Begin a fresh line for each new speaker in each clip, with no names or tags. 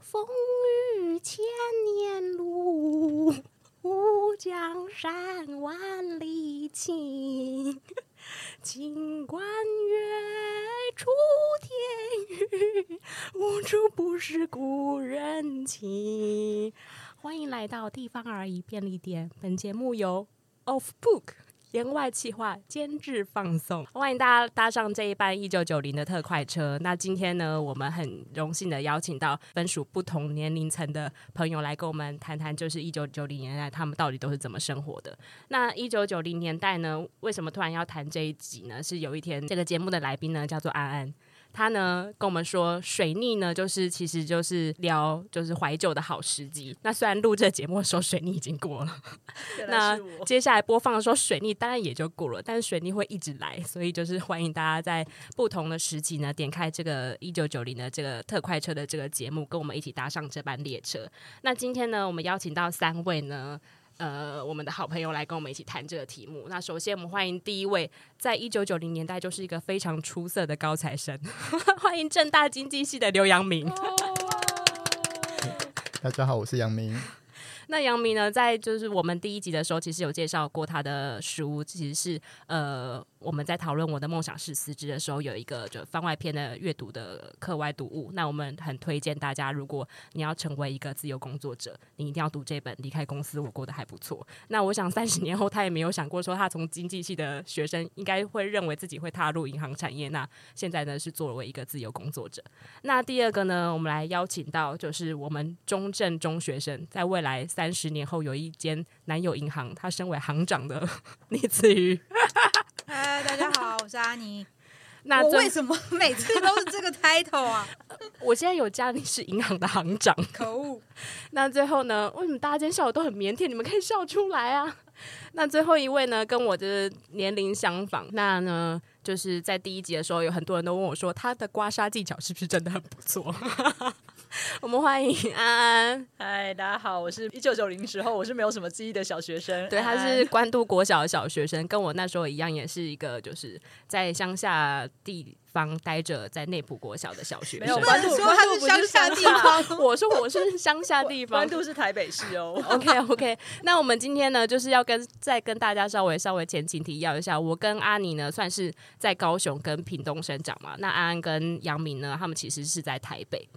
风雨千年路，江山万里情。秦关月出天日，无处不是故人情。欢迎来到地方而已便利店，本节目由 Off Book 言外企划监制放送，欢迎大家搭上这一班一九九零的特快车。那今天呢，我们很荣幸的邀请到分属不同年龄层的朋友来跟我们谈谈，就是一九九零年代他们到底都是怎么生活的。那一九九零年代呢，为什么突然要谈这一集呢？是有一天这个节目的来宾呢叫做安安，他呢跟我们说，水逆呢就是其实就是聊就是怀旧的好时机。那虽然录这节目的时候水逆已经过了，
原来
那
是我。
接下来播放的时候水逆当然也就过了，但是水逆会一直来，所以就是欢迎大家在不同的时期呢点开这个一九九零的这个特快车的这个节目，跟我们一起搭上这班列车。那今天呢，我们邀请到三位呢。呃，我们的好朋友来跟我们一起谈这个题目。那首先，我们欢迎第一位，在一九九零年代就是一个非常出色的高材生， 欢迎正大经济系的刘阳明。
大家好，我是杨明。
那杨明呢，在就是我们第一集的时候，其实有介绍过他的书，其实是呃，我们在讨论我的梦想是辞职的时候，有一个就番外篇的阅读的课外读物。那我们很推荐大家，如果你要成为一个自由工作者，你一定要读这本《离开公司我过得还不错》。那我想三十年后，他也没有想过说，他从经济系的学生应该会认为自己会踏入银行产业。那现在呢，是作为一个自由工作者。那第二个呢，我们来邀请到就是我们中正中学生，在未来三十年后有一间男友银行，他身为行长的李子 瑜。
嗨，大家好，我是阿尼。
那
我
这
为什么 每次都是这个 title 啊？
我现在有加你是银行的行 长。
可恶！
那最后呢，为什么大家今天笑得都很腼腆？你们可以笑出来啊！ 那最后一位呢，跟我的年龄相仿，那呢，就是在第一集的时候，有很多人都问我说，他的刮痧技巧是不是真的很不错？ 我们欢迎安安，
嗨，大家好，我是一九九零时候，我是没有什么记忆的小学生。
对，他
安
是关渡国小的小学生，跟我那时候一样，也是一个就是在乡下地方待着，在内埔国小的小学
没有
生。
关
关
注
注
关注
不
不
是
是
乡下
乡
地
下
方
我说我是乡下
安
地方。
关。渡是台北市哦
OK OK，那我们今天呢，就是要跟再跟大家稍微稍微前情提要一下，我跟阿尼呢算是在高雄跟屏东生长嘛，那安安跟杨明呢，他们其实是在台北。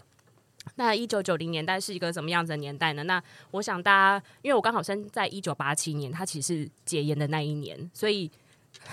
那一九九零年代是一个怎么样子的年代呢？那我想大家，因为我刚好生在一九八七年，它其实是解严的那一年，所以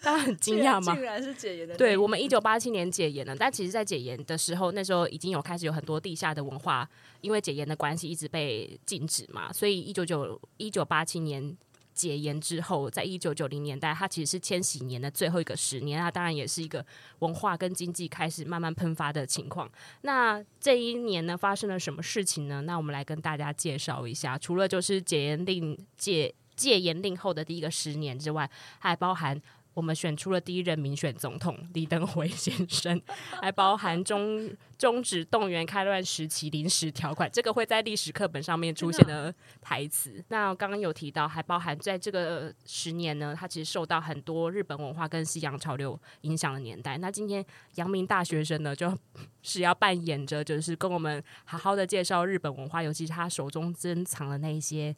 大家很惊讶吗
竟？然是解严的那一年。
对我们一九八七年解严了，但其实，在解严的时候，那时候已经有开始有很多地下的文化，因为解严的关系一直被禁止嘛，所以一九九一九八七年解严之后，在一九九零年代，它其实是千禧年的最后一个十年，它当然也是一个文化跟经济开始慢慢喷发的情况。那这一年呢，发生了什么事情呢？那我们来跟大家介绍一下，除了就是解严令解戒严令后的第一个十年之外，还包含。我们选出了第一任民选总统李登辉先生， 还包含中终止动员开乱时期临时条款，这个会在历史课本上面出现的台词。那刚刚有提到，还包含在这个十年呢，它其实受到很多日本文化跟西洋潮流影响的年代。那今天阳明大学生呢，就是 要扮演着就是跟我们好好的介绍日本文化，尤其是他手中珍藏的那一些。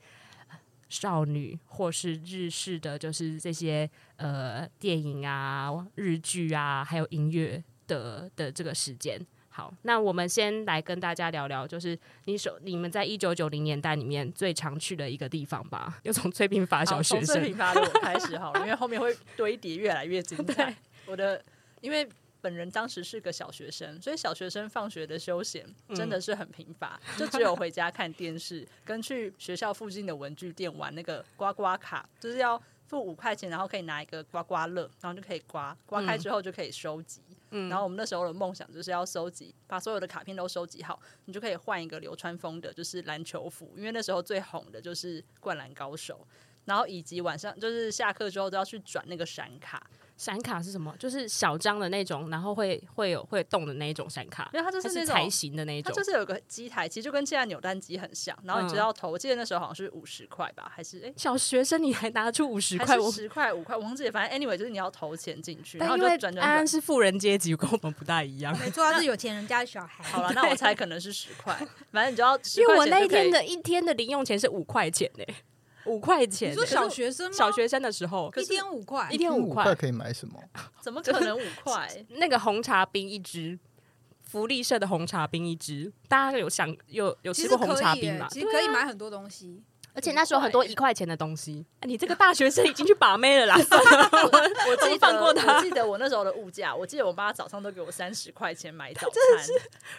少女，或是日式的，就是这些呃电影啊、日剧啊，还有音乐的的这个时间。好，那我们先来跟大家聊聊，就是你手你们在一九九零年代里面最常去的一个地方吧，有从崔平法小
好，
学
从最
生
平凡的我开始好了，因为后面会堆叠越来越精 彩。我的，因为本人当时是个小学生，所以小学生放学的休闲真的是很贫乏，就只有回家看电视，跟去学校附近的文具店玩那个刮刮卡，就是要付五块钱，然后可以拿一个刮刮乐，然后就可以刮，刮开之后就可以收集。然后我们那时候的梦想就是要收集，把所有的卡片都收集好，你就可以换一个流川枫的，就是篮球服，因为那时候最红的就是《灌篮高手》，然后以及晚上就是下课之后都要去转那个闪卡，
闪卡是什么？就是小张的那种，然后会会有会动的那一种闪卡，
因为它就
它
是那
是
种
才行的那一
它
种，
就是有个机台，其实就跟现在扭蛋机很像。然后你只
嗯
要投，我记得那时候好像是五十块吧，还是哎、
小学生你还拿出五十
还
块，
是
我
十块五块，我忘记了。反正 anyway 就是你要投钱进去，然后
但
你
因
就
为
转转
安安
转。
是富人阶级，跟我们不大一 样。
没哎错，他是有钱人家的小孩。
好了，那我猜可能是十块，反正你就要10
呃因为我
块钱
那一
就可以
天的一天的零用钱是五块钱呢、五块钱、
你说小学生吗？
小学生的时候，
可
一
是
天五块
一，天五
哎五
块
块，可以买什么？
怎么可能五 块？
那个红茶冰一支，福利社的红茶冰一支，大家有想有有
其
吃
实
过
可
红茶
以
冰啊
耶
吧，？
其实可以买很多东西。
而且那时候很多一块钱的东西。哎你这个大学生已经去把妹了啦，算了
我记得
放过他
我记得我那时候的物价，我记得我妈早上都给我三十块钱买早餐，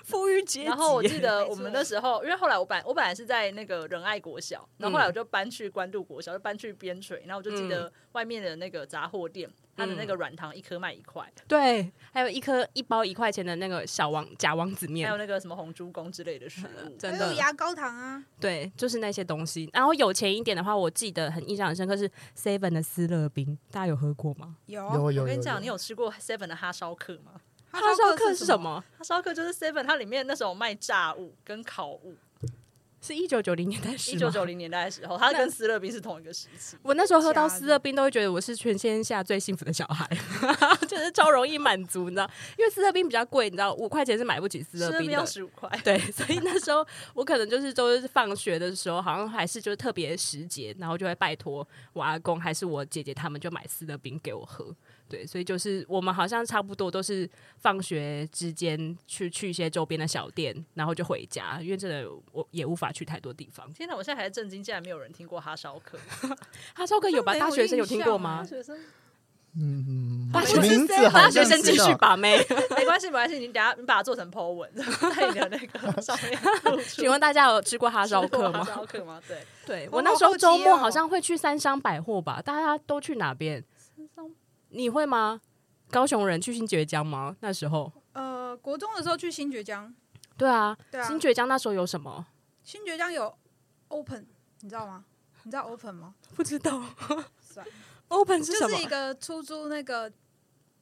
富裕阶级。
然后我记得我们
没错
那时候，因为后来我本我本来是在那个仁爱国小，然后后来我就搬去关渡国小，就搬去边陲，然后我就记得外面的那个杂货店，它的那个软糖一颗卖一块，
对，还有一颗一包一块钱的那个小王假王子面
还有，那个什么红猪公之类的食物。
真
还
的
有牙膏糖啊，
对，就是那些东西。然后有钱一点的话，我记得很印象很深刻是 Seven 的斯乐冰，大家有喝过吗？
有。
有有有
我跟你讲，
有
你有吃过 Seven 的哈烧客吗？
哈烧克是
是
什？么？
哈烧客就是 Seven，它里面那时候卖炸物跟烤物。
是一九九零年代是
一
吗
九九零年代的时候，它跟斯乐冰是同一个时期。
我那时候喝到斯乐冰，都会觉得我是全天下最幸福的小孩， 就是超容易满足，你知道？因为斯乐冰比较贵，你知道，五块钱是买不起斯
斯
乐
乐
冰
冰要
的。
十五块，
对， 所以那时候我可能就是都是放学的时候，好像还是就是特别时节，然后就会拜托我阿公还是我姐姐他们就买斯乐冰给我喝。对，所以就是我们好像差不多都是放学之间去去一些周边的小店，然后就回家，因为真的我也无法去太多地方。
天哪！我现在还在震惊，竟然没有人听过哈烧客。
哈少哥有吧？
没有
大学生有听过
印
吗？
学生
嗯嗯，
大
嗯
学
名字好
大
像
学生继
知
续
道。
把妹。
没关系，没关系，你等下你把它做成 po 文， 在你的那个上面露出。
请问大家有吃过哈
烧
烧客
吗？
吗？
烧客吗？对，。
对
我
我那时候周末
好好奇哦
好像会去三商百货吧，大家都去哪边？你会吗？高雄人去新觉江吗？那时候？
呃，国中的时候去新觉江，
对啊，
对啊，
新觉江那时候有什么？
新觉江有 open，你知道吗？你知道 open 吗？
不知道
算了
，Open 是
就
什
是一
么？
个出租那个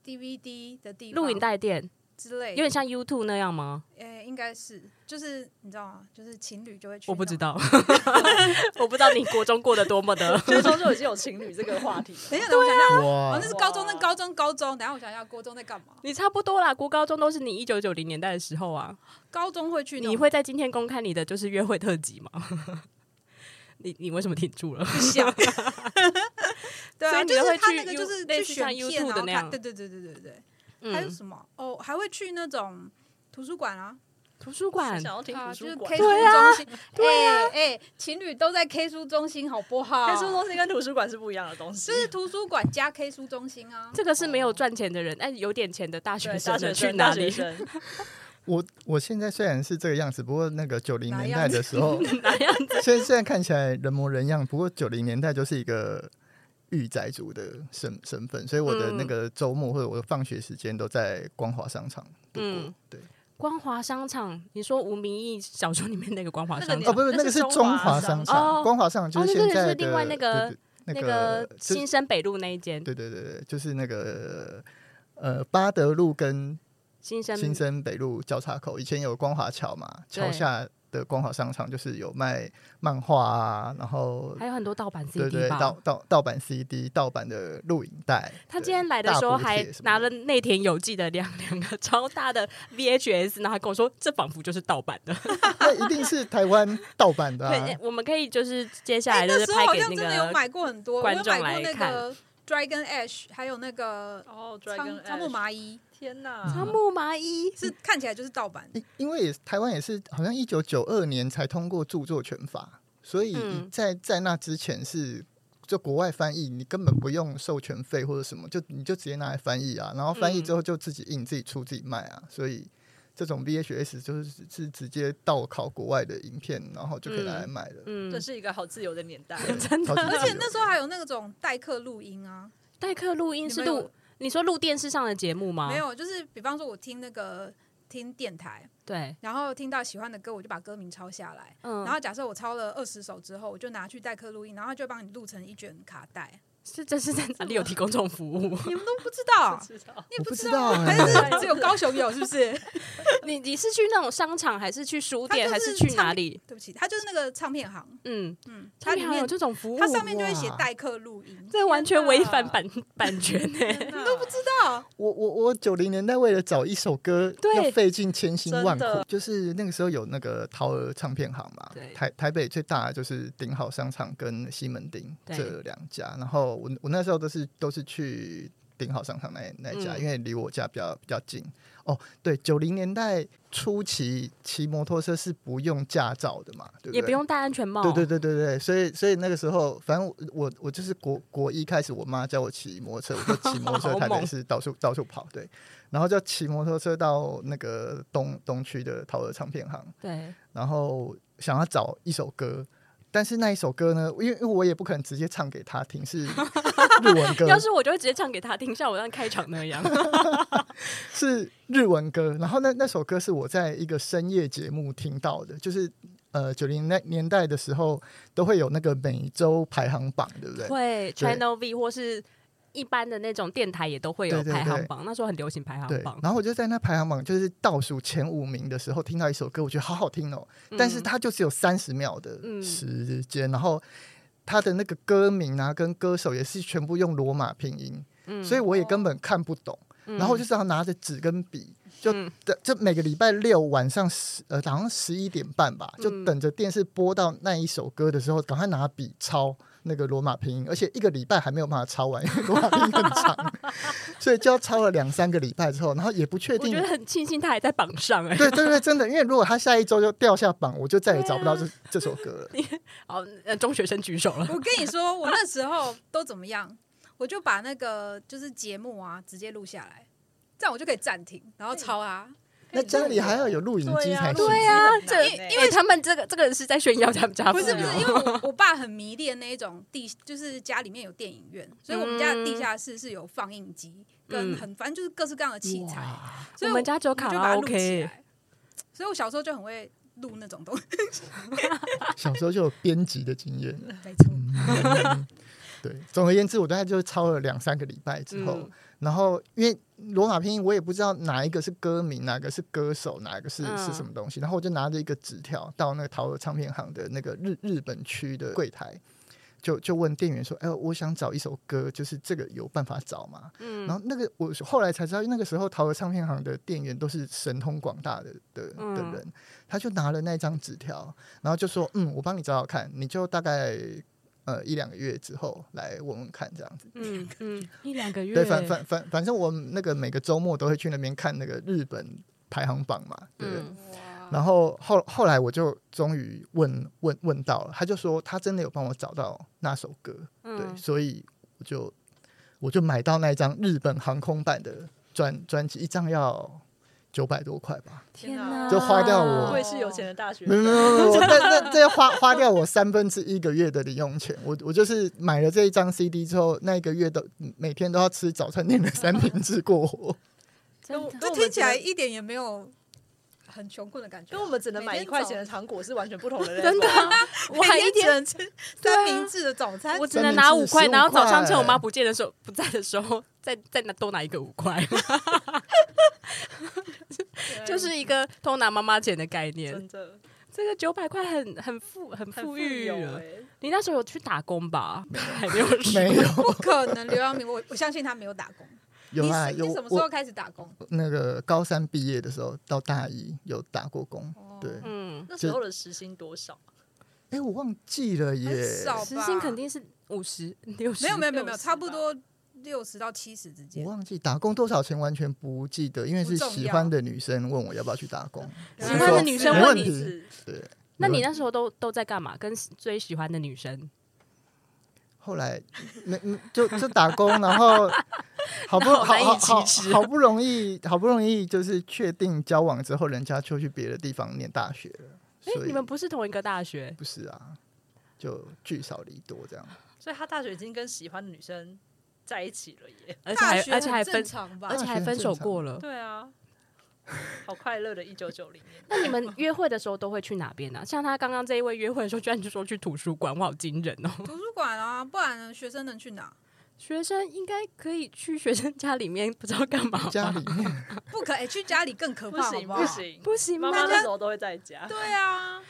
DVD 的地方，
录影带店，
之类
有
的，
点像 YouTube 那样吗？
呃，应该是，就是你知道吗？就是情侣就会去，
我不知。道， 我不知道你国中过得多么的
初中 就已经有情侣这个话题了。
等一下，等我
啊
想想，哦，
哇
那，是高中，
哇
那高中，高中。等一下我想想，高中在干嘛？
你差不多啦，国高中都是你一九九零年代的时候啊。
高中会去那种，
你会在今天公开你的就是约会特辑吗？ 你你为什么停住了？
想？对
所以
啊，
你
就
就会
是他
去
那个就
You-
是
类似
去
像
选片
YouTube 的
然后
那样嗯
看，对对对对对对。还有什么？哦，还会去那种图书馆啊，
图书馆
想要听
啊，
图
就
书
是
馆
K 书中
啊
心。 哎哎，情侣都在 K 书中心，好不好？
，K 书中心跟图书馆是不一样的东西
啊就。是图书馆加 K 书中心啊。
这个是没有赚钱的人，但有点钱的大学
对，大
生
学
能去
生，
哪
大学
里？
生，
我我现在虽然是这个样子，不过那个九零
哪
年
样
代的时候，
哪样子？
现在现在看起来人模人样，不过九零年代就是一个御宅族的身身份，所以我
嗯
的那个周末或者我的放学时间都在光华商场度过。
嗯
对，
光华商场，你说吴明义小说里面那个光华
那个
商
你
场
哦，不是，
那
那
是
个是
中
中
华商
华
场
商场，光华商场就是
哦那个
现在
是
的
另外那个
对对
那
对
个
那个就
新生北路那一间，
对对对对，就是那个呃巴德路跟
新生
新生北路交叉口，以前有光华桥嘛，
对
桥下的光华商场就是有卖漫画啊，然后
还有很多盗版
对
CD
对
吧
盗。盗盗版 CD、盗版的录影带。
他
对
今天来的时候
大补贴
还
什么的
拿了内田有纪的两 两个超大的 VHS，然后他跟我说这仿佛就是盗版的。
那一定是台湾盗版的、啊
对，，哎我们可以就是接下
哎，
来就是
那时候
拍
好
给
像真的有
个
买过很多，我
观
有
众
买过
来
那
看
个 Dragon Ash，还有那个
哦，Dragon
仓仓木
Ash，
麻衣，
天哪！
仓木麻衣
是看起来就是 盗版。
因因为也是台湾也是好像一九九二年才通过著作权法，所以
嗯
在、在那之前是就国外翻译，你根本不用授权费或者什么，就你就直接拿来翻译啊，然后翻译
嗯
之后就自己印、自己出、自己卖啊，所以。这种 VHS 就是是直接盗拷国外的影片，然后就可以拿来卖 了。
嗯
这，是一个好自由的年代。
真的，
而且那时候还有那种代课录音啊，
代课录音
你
是
们有
录，你说录电视上的节目吗？
没，有，就是比方说我听那个听电台，
对，
然后听到喜欢的歌，我就把歌名抄下来。
嗯，
然后假设我抄了二十首之后，我就拿去代课录音，然后它就帮你录成一卷卡带。
是这是在哪里有提供这种服务？
你们都不知道，
知道
你也
我不
知
知道
啊
哎
还是只有高雄有是不是？
你你是去那种商场，还是去书店，
它
还
就
是
是
去哪里？
对不起，它就是那个唱片行，
嗯，
嗯，它
他
里
还有
面
这种服务，
它上面就会写
哇
代课录音，
这完全
天哪
违反版版 权哎、
你都不知
知道？
我我我九零年代为了找一首歌，
对
要费尽千辛万
真
苦
的，
就是那个时候有那个桃儿唱片行嘛
对，
台台北最大的就是鼎好商场跟西门町
对
这两家，然后我我那时候都是都是去鼎好商场那那一家，
嗯
因为离我家比较比较近。哦，对，九零年代初期骑摩托车是不用驾照的嘛，对不对？
也不用戴安全帽。
对对对对对，所以所以那个时候，反正我我我就是国国一开始，我妈叫我骑摩托车，我就骑摩托
好
车台北
猛
市到处到处跑，对，然后就骑摩托车到那个东东区的陶乐唱片行，
对
然后想要找一首歌，但是那一首歌呢，因为因为我也不可能直接唱给她 听，是日文歌，
要是我就会直接唱给他听，像我那开场那样。
是日文歌，然后那那首歌是我在一个深夜节目听到的，就是呃九零年年代的时候都会有那个每周排行榜，对 不对？
会 Channel V 或是一般的那种电台也都会有
对对对
排行榜，那时候很流行排
对
行，榜。
然后我就在那排行榜就是倒数前五名的时候，听到一首歌，我觉得好好听哦，但是它就只有三十秒的
嗯
时间，然后它的那个歌名啊跟歌手也是全部用罗马拼音，
嗯
所以我也根本看不懂，
嗯
然后我就是要拿着纸跟笔。就
嗯
等，就每个礼拜六晚上十呃，好像十一点半吧，就
嗯
等着电视播到那一首歌的时候，赶快拿笔抄那个罗马拼音，而且一个礼拜还没有办法抄完，因为罗马拼音很 长，所以就要抄了两三个礼拜之后，然后也不确
我
定
觉得。很庆幸他还在榜上哎、
对对对，真的，因为如果他下一周就掉下榜，我就再也找不到这、
对啊
这首歌了。
哦，呃，中学生举手 了。
我跟你说，我那时候都怎么样？我就把那个就是节目啊直接录下来，这样我就可以暂停，然后抄啊。
那家里还要有录影机才行。
对
啊
啊，
这
这
因
因为他们这个这个是在炫耀他们家
不是不
富
是，
有
因为我我爸很迷恋那一种地，就是家里面有电影院，所以我们家的地下室是有放映机跟
嗯
很反正就是各式各样的器材，所
我
以我
们家只有
我
卡
就把
拉
它录起
OK，
来。所以我小时候就很会录那种东西，
小时候就有编辑的经验。
没错。
对，总而言之，我大概就抄了两三个礼拜之后，
嗯
然后因为罗马拼音我也不知道哪一个是歌名，哪个是歌手，哪个是、
嗯
是什么东西，然后我就拿着一个纸条到那个桃儿唱片行的那个日日本区的柜台。就就问店员说：“哎、我想找一首歌，就是这个有办法找吗？”
嗯
然后那个我后来才知道，那个时候桃儿唱片行的店员都是神通广大的的的
嗯
人，他就拿了那张纸条，然后就说：“嗯，我帮你找找看，你就大概呃一两个月之后来问问看这样子。
嗯嗯，一两个月，
对，反反反反正我那个每个周末都会去那边看那个日本排行榜嘛，对不对。
嗯
然后后后来我就终于问问问到了，他就说他真的有帮我找到那首歌，对，
嗯
所以我就我就买到那一张日本航空版的专专辑，一张要九百多块吧，
天
天
哪，
啊
哪
就花掉我
我也是有钱的大学
没有没有没有没有，那那这要花花掉我三分之一个月的零用钱。我我就是买了这一张 CD 之后，那一个月都每天都要吃早餐店的三明治过 活。
真的
跟
这
我们
听起
只能
来一点也没有很穷困的感觉啊，
跟我们只能买一块钱的糖果是完全不同的那种，
真的啊，我还一啊
每天只
天。
能 吃三明治的早 餐
我，只
三
能
明
拿
治
五块，
15
然后早上
块
趁我妈不见的时候， 不在的时候，再再拿多拿一个五 块，就是一个偷拿妈妈钱的概念。
真的
这个九百块很很富很
很
富
裕
裕啊哦
有
了。
哎，
你那时候有去打工吧？还没有说
没有，
不可能。刘阳明，我我相信他没有打工。
有
你
啊
是
有
你什么时候
我
开始打工？
那个高三毕业的时候到大一有打过工，
哦
对，
哦
哎、
嗯，
那时候的时薪多少？
我忘记了耶，
很少
时薪肯定是五十六十，
没有没有没有
60
没
吧
有，差不多六十到七十之
我
间。
忘记打工多少钱，完全不记得，因为是
不重要
喜欢的女生问我要不要去打工，
喜
我
欢
就
的
说
女生
没
问
问
你
题，
是
对。
那
没
你
问
那时候都都在干嘛？跟最喜欢的女生？
后来没没就就打工，然 后好不
那
好
好
好
难以
好
启齿
好不容易好不容易就是确定交往之后，人家就去别的地方念大学了，
哎、
所以
你们不是同一个大学？
不是啊，就聚少离多这样。
所以他大学已经跟喜欢的女生在一起了耶。
而且
大
还
学
而且还
很正
分，
常吧
而？且还分手过了。
对啊， 好快乐的一九九零年。
那你们约会的时候都会去哪边呢、像他刚刚这一位约会的时候，居然就说去图书馆，我好惊人哦！
图书馆啊，不然呢学生能去哪？
学生应该可以去学生家里面，不知道干嘛吧
家里面
不可，哎、去家里更可
不
怕，好
行
不好
不。行，
不行
妈
吗？
妈那时候都会在家。
对啊，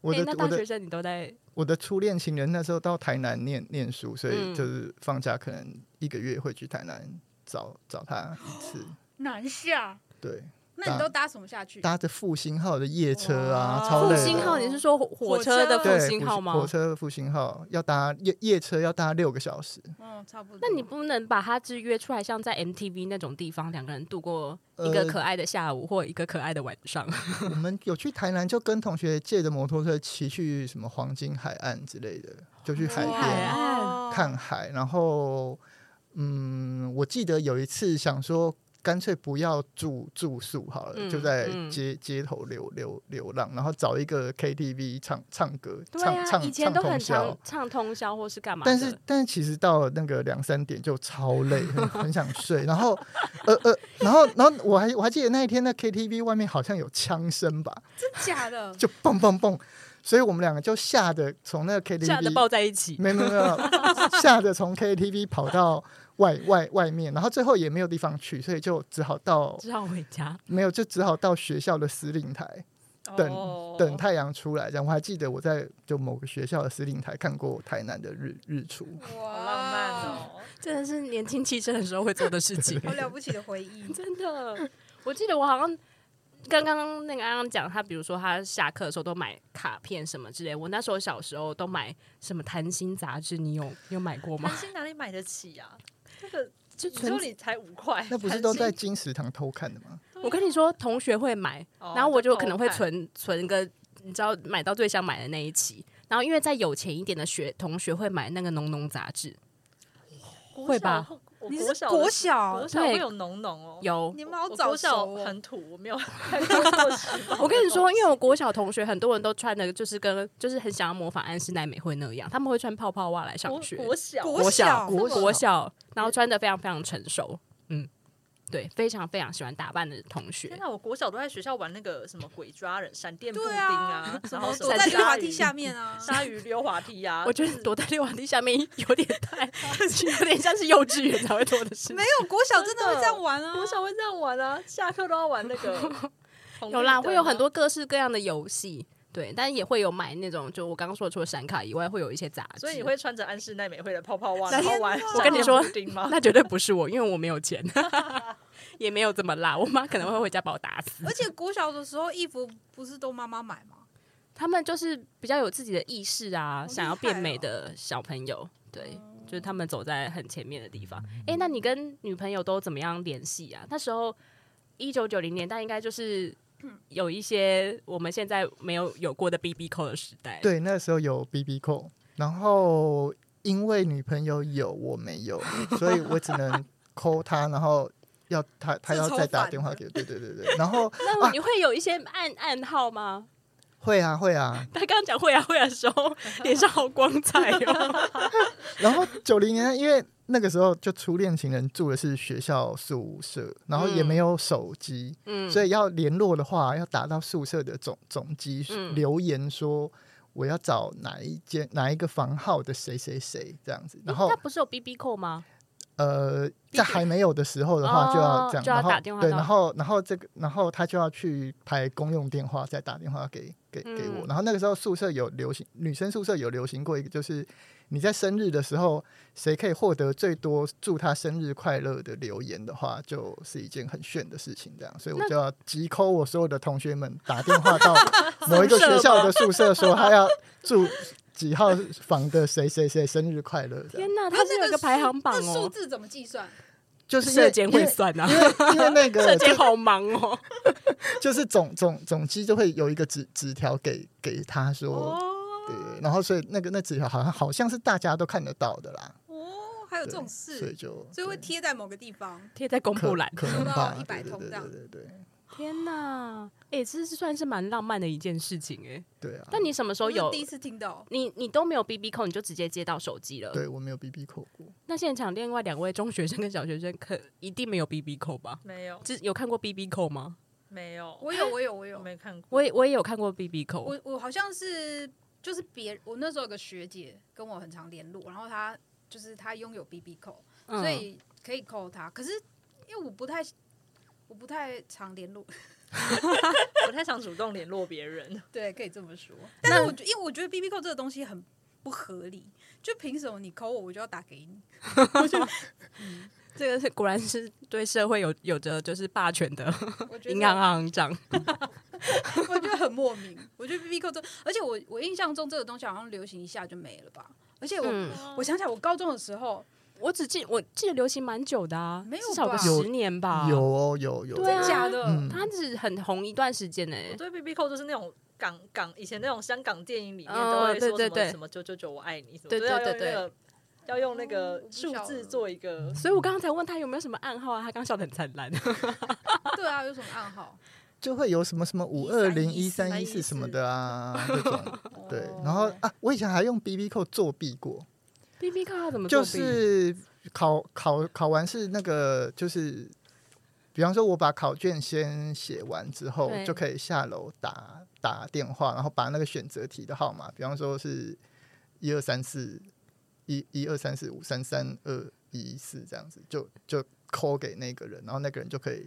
我
诶
的
那
我
大学
的
生你都在
我的初恋情人那时候到台南念念书，所以
嗯
就是放假可能一个月会去台南找找他一次。
南下。
啊
对，
那你都搭什么下去？
搭着复兴号的夜车啊，
哇
超
复
累
兴
的。
号，你是说火火车的
对
复兴号吗？
火车复兴号要搭夜夜车要搭六个小时，
嗯，差不多。
那你不能把他制约出来，像在 MTV 那种地方，两个人度过一个
呃
可爱的下午或一个可爱的晚 上。
我们有去台南，就跟同学借着摩托车骑去什么黄金海岸之类的，就去海
金海
边
岸
哦
看海。然后，嗯，我记得有一次想说，干脆不要住住宿好了，
嗯
就在
嗯
街街头流流流浪，然后找一个 KTV 唱唱歌，
对
唱
啊，
唱
以前
唱
都很
通
常
宵。
唱通宵或是干嘛的
但是，但是其实到了那个两三点就超累，很很想睡。然后，呃呃，然后，然后我还我还记得那一天的 KTV 外面好像有枪声吧，
真假的？
就蹦蹦蹦，所以我们两个就吓得从那个
吓得抱
KTV，
在一起。
没没没有，吓得从 KTV 跑到外外外面，然后最后也没有地方去，所以就只好到
知道回家，
没有就只好到学校的司令台等
哦
等太阳出来。这样我还记得我在就某个学校的司令台看过台南的日日出，
哇，
好浪漫，哦。
真的是年轻气盛的时候会做的事 情，
好了不起的回 忆。
真的。我记得我好像刚刚那个安安讲，他比如说他下课的时候都买卡片什么之类。我那时候小时候都买什么《谈心》杂志，你有你有买过吗
韩？星哪里买得起呀？那个
就
你说你才五块，
那不是都在金石堂偷看的吗？
我跟你说，同学会买，
哦
然后我就可能会
就偷看
存存个，你知道买到最想买的那一期。然后因为在有钱一点的学同学会买那个《浓浓》杂志，
国小
会吧？
我
你
国
是
小的
国
时
小
国，小
对
会有浓浓哦，
有
你们
我
好
国
早
小
熟哦。
很土，我 没有太多过时髦的东西。
我跟你说，因为我国小同学很多人都穿的就是跟就是很想要模仿安室奈美惠那样，他们会穿泡泡袜来上
国
学，嗯
国小
国
国小
国
小
国小，然后穿的非常非常成熟，嗯，对，非常非常喜欢打扮的同学
天。哪，我国小都在学校玩那个什么鬼抓人、闪电布丁
对
啊
啊，，
然后什
躲
么
在
闪
溜
电
滑
鲨
梯
鱼
下面 啊，
鲨鱼溜滑梯啊，
我觉得躲在溜滑梯下面有点太，有点像是幼稚园才会做的事情
没。有国小真的会这样玩啊。
国小会这样玩啊，下课都要玩那 个红绿灯啊。
有啦，会有很多各式各样的游戏，对，但也会有买那种，就我刚刚说除了闪卡以外，会有一些杂志。
所以你会穿着安室奈美惠的泡泡袜，
然
然
后
后玩
天哪
闪电布丁吗？
那绝对不是我，因为我没有钱， 也没有这么辣。我妈可能会回家把我打死。
而且国小的时候衣服不是都妈妈买吗？
他们就是比较有自己的意识啊，
厉
想要变
害
美
哦嗯
的小朋友，对，就是他们走在很前面的地方。哎、那你跟女朋友都怎么样联系啊？那时候一九九零年代应该就是有一些我们现在没有有过的 B B 扣的时代，
对，那时候有 B B 扣，然后因为女朋友有我没有，所以我 只能扣她，然后要她她
这
要
超
再打
烦
电话
的
给我，对对对对，然后
那你会有一些暗暗号吗？
会啊会啊，
他刚刚讲会啊会啊的时候，脸上好光彩 哦。
然后九零年代因为那个时候就初恋情人住的是学校宿舍，然后也
嗯
没有手机，
嗯，
所
以
以要联络的话要打到宿舍的总总机
嗯
留言说。我要找哪一间哪一个房号的谁谁谁这样子，然后
他不是有 B B 扣吗？
呃，在还没有的时候的话，
哦
就要这样，
就要
然后
打电话
对，
到
然后然后这个，然后他就要去排公用电话，再打电话给给给我。
嗯
然后那个时候宿舍有流行，女生宿舍有流行过一个，就是你在生日的时候，谁可以获得最多祝他生日快乐的留言的话，就是一件很炫的事情。这样，所以我
那
就要急抠我所有的同学们，打电话到某一个
宿舍
学校的宿舍，说他要祝几号房的谁谁谁生日快乐。这样，
天哪，
那
他是有一
那
个排行榜
那数
哦，
字怎么计算？
就是因为
射箭
因
会
为
算啊，
因为因为 那个
射
就
箭好忙哦。
就是总总总机就会有一个纸纸条给给他说，
哦
对，然后所以那个那纸条好像好像是大家都看得到的啦，
哦，还有这种
对所以
事，
就
所以会
对
贴在某个地方。
贴在公
可
布栏。
可能 吧，
收到100
对
通
对
这样
对对对
天哪，哎、这是算是蛮浪漫的一件事情哎、
对啊！
但你什么时候
我是
有
第？一次听到，
你你都没有 B B 扣，你就直接接到手机了。
对我没有 B B 扣过，
那现场另外两位中学生跟小学生可一定没有 B B 扣吧？
没有，
这有看过 B B 扣吗？
没有，
我 有，我有，我
我
有，
没看过。
我也我哦也有看过 B B 口，
我我好像是就是别我那时候有个学姐跟我很常联络，然后她就是她拥有 BB 扣，
嗯
所以可以扣她。可是因为我不太我不太常联络，
不太想主动联络别人。
对，可以这么说。但是我觉因为我觉得 BB 扣这个东西很不合理，就凭什么你扣我，我就要打给你？
这个是果然是对社会有有着就是霸权的
我觉得
银行啊行长。
我觉得很莫名。我觉得 BB 扣这，而且我我印象中这个东西好像流行一下就没了吧？而且我、
嗯，
我想起来，我高中的时候，
我只记我记得流行蛮久的啊，
没有
至少有个
吧
十年吧。
有，哦，有有，
啊对啊
真假的？
嗯
它是很红一段时间呢、
我对 B B 扣就是那种港港以前那种香港电影里面
哦
都会说什么、
对对对
什么九九九我爱你什么，
对
都要
对
用那个要用那
哦
个
我不
数
晓
字
得
做一个。
所以我刚刚才问他有没有什么暗号啊，他刚笑得很灿烂。
对啊，有什么暗号？
就会有什么什么五二零一三一四
1314
什么的啊，这种对
哦。
然后啊，我以前还用 B B 扣作弊过，
B B 看他怎么作
就
弊
是考考考完是那个就是，比方说我把考卷先写完之后，
对
就可以下楼打打电话，然后把那个选择题的号码，比方说是一二三四一一二三四五三三二一四这样子，就就扣给那个人，然后那个人就可以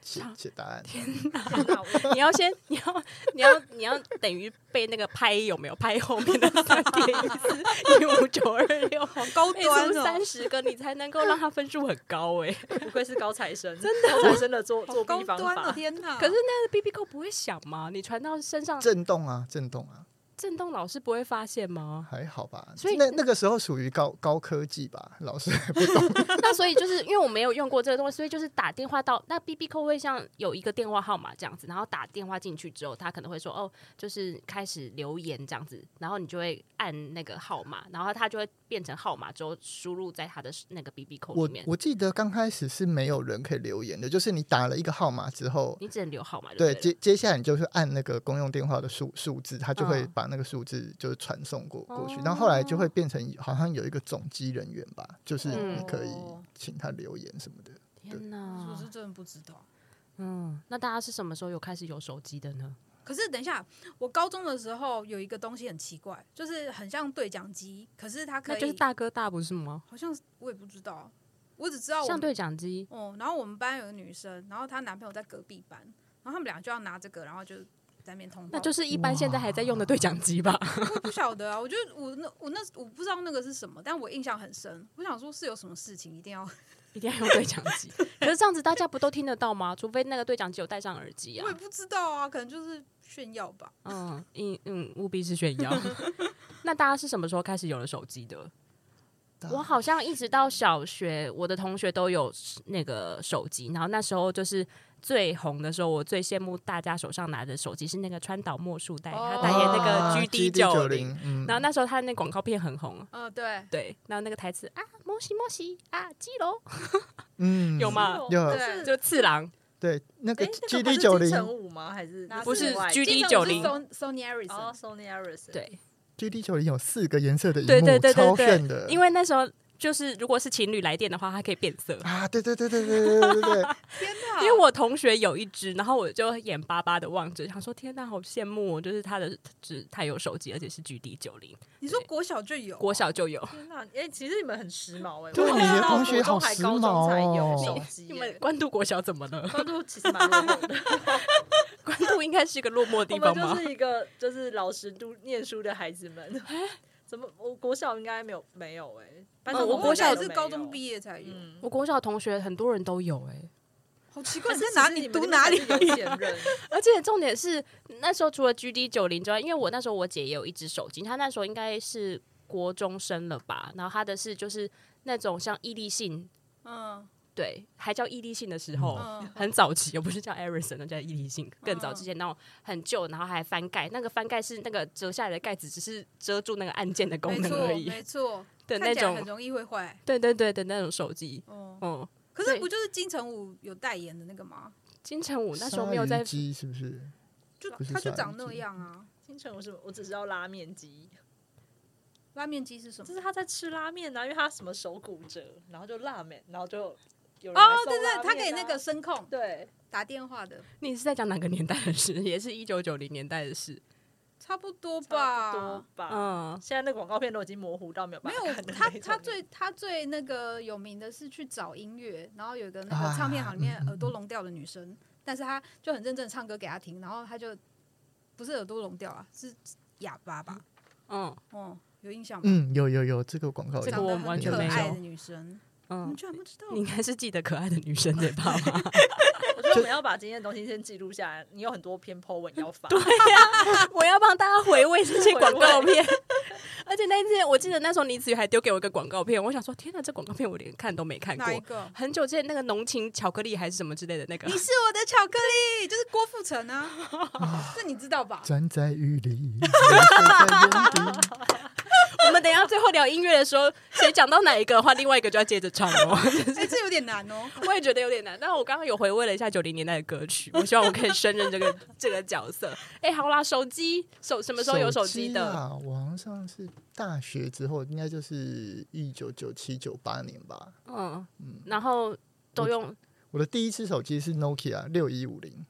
写
啊
写答案。
天哪我
你要先，你要，你要，你要等于背那个拍有没有拍后面的三点一四一五九二六，
好高
背
端
出
哦、
三十个，你才能够让他分数很高哎、
不愧是高材生，真的高材生的作作
高
弊方
端哦、
法。
天哪！
可是那个 B B 扣不会响吗？你传到身上，
震动啊，震动啊，
震动老师不会发现吗？
还好吧。
所以
那那个时候属于高高科技吧，老师还不懂。
那所以就是因为我没有用过这个东西，所以就是打电话到那 B B 扣会像有一个电话号码这样子，然后打电话进去之后，他可能会说哦，就是开始留言这样子，然后你就会按那个号码，然后他就会变成号码之后输入在他的那个 B B 扣里
我
面，
我记得刚开始是没有人可以留言的，就是你打了一个号码之后，
你只能留号码就对
对
了
接接下来你就是按那个公用电话的数数字，它就会
嗯
把那个数字就是传送过过去
哦，
然后后来就会变成好像有一个总机人员吧，就是你可以
哦
请他留言什么的。
天
我
哪
是！真的不知道。
嗯，那大家是什么时候有开始有手机的呢？
可是等一下，我高中的时候有一个东西很奇怪，就是很像对讲机，可是它可
那
以，
就是大哥大不是吗？
好像是我也不知道，我只知道我
像
们
对讲机，
哦。然后我们班有个女生，然后她男朋友在隔壁班，然后他们俩就要拿这个，然后就在那边通报。
那就是一般现在还在用的对讲机吧？
我不晓得啊，我觉得我那我那我不知道那个是什么，但我印象很深。我想说是有什么事情一定要，
一定要用对讲机。 可是这样子大家不都听得到吗？除非那个对讲机有戴上耳机啊
我也。不知道啊，可能就是炫耀吧。
嗯，嗯嗯，务必是炫耀。 那大家是什么时候开始有了手机的？
大
我好像一直到小学，我的同学都有那个手机，然后那时候就是最红的时候，我最羡慕大家手上拿的手机是那个川岛茉树代，他代言那
啊
个 GD 九
九
零、
零，嗯
然后那时候他那广告片很红，
呃，对，
对，然后那个台词啊，摩西摩西啊，基隆
嗯
有吗
哦
有
对
就次郎，
对那个
哎，那个
GD
不是
九
金
零
城武吗？还是
哪
不是
另外一个
GD
金
90
城武是 Sony
哦
Ericsson，
，Sony Ericsson。
对
GD 九零有四个颜色的
对
荧
对
幕，
对
超
对
炫
对，
的。
因为那时候就是如果是情侣来电的话，它可以变色。
啊，对对对对对对对 对对，
天哪！
因为我同学有一只，然后我就眼巴巴的望着，想说天哪，好羡慕哦！就是他的只他有手机，而且是 GD 九零，
你说国小就有，
国小就有。啊
天哪！哎，其实你们很时髦哎，
对
我
你的
知道
同学
国中
好
还
时
高中才有
髦
手
哦
机
你们
耶，
关渡国小怎么了？
高中其实蛮落后的。
关渡应该是一个落寞的地
我
方
们就
吗？
是一个就是老实读念书的孩子们。怎么？我国小应该没有没有哎、班
哦
上
我
同学
国小
也
都
是
没
高
有
中毕业才有，
嗯，
我国小同学很多人都有哎、
好奇怪，在
其
哪
实
里
你们
读
那边
哪
才
里
是？有钱人，
而且重点是那时候除了 GD 九零之外，因为我那时候我姐也有一只手机，她那时候应该是国中生了吧，然后她的是就是那种像毅力性，
嗯
对，还叫毅力性的时候。
嗯，
很早期，又不是叫 Ericsson，那叫毅力性。更早
嗯
之前那种很旧，然后还翻盖，那个翻盖是那个折下来的盖子，只是遮住那个按键的功
没
能
错
而已
没错，
的
看
那
起来很
种。
容易会坏。
对对对的那种手机，
哦，
嗯，
可是
对
不就是金城武有代言的那个吗？
金城武那时候没有在
鲨鱼，机是不是？
就
不是
他就
鲨
长
鱼
那
机
样啊。
清晨我是我只知道拉面机，
拉面机是什
就
么？
是他在吃拉面啊，因为他什么手骨折，然后就拉面，然后就有人
哦
来，送
对
拉
对，
面
他给
啊
那个声控
对，
打电话的，
你是在讲哪个年代的事？ 也是一九九零年代的事。
差不多
差
吧。
不多吧。
啊
嗯，
现在那广告片都已经模糊到没有办
没
法
有
看的
他
那，
他
种
最他最那个有名的是去找音乐，然后有一个那
啊
个唱片行里面
嗯
耳朵聋掉的女生，但是他就很认真地唱歌给她听，然后他就不是耳朵聋掉啊，是哑巴吧？
嗯
哦，有印象吗？
嗯，有有有，这个广告
这个
长
有
我
得很
完全
可
没
爱
有
的女生，你们
嗯，
居然不知道？
你应该是记得可爱的女生这 吧？
我觉得我们要把今天的东西先记录下来。你有很多篇 po 文要发，
我要帮大家回味这些广 告片，而且那天我记得那时候倪子瑜还丢给我一个广告片，我想说天哪，这广告片我连看都没看过
哪一，个？
很久之前那个浓情巧克力还是什么之类的那个
你，是我的巧克力，就是郭富城啊， 这你知道吧？
站在雨里，流水在眼底。
我们等一下最后聊音乐的时候，谁讲到哪一个的话，另外一个就要接着唱哦。
哎，这有点难哦。
我也觉得有点难，但我刚刚有回味了一下九零年代的歌曲，我希望我可以 胜任这个这个角色。哎、好啦，手机手什么时候有手机的？
啊？我好像是大学之后，应该就是一九九七九八年吧。
嗯，然后都用
我的第一只手机是 Nokia 六一五零，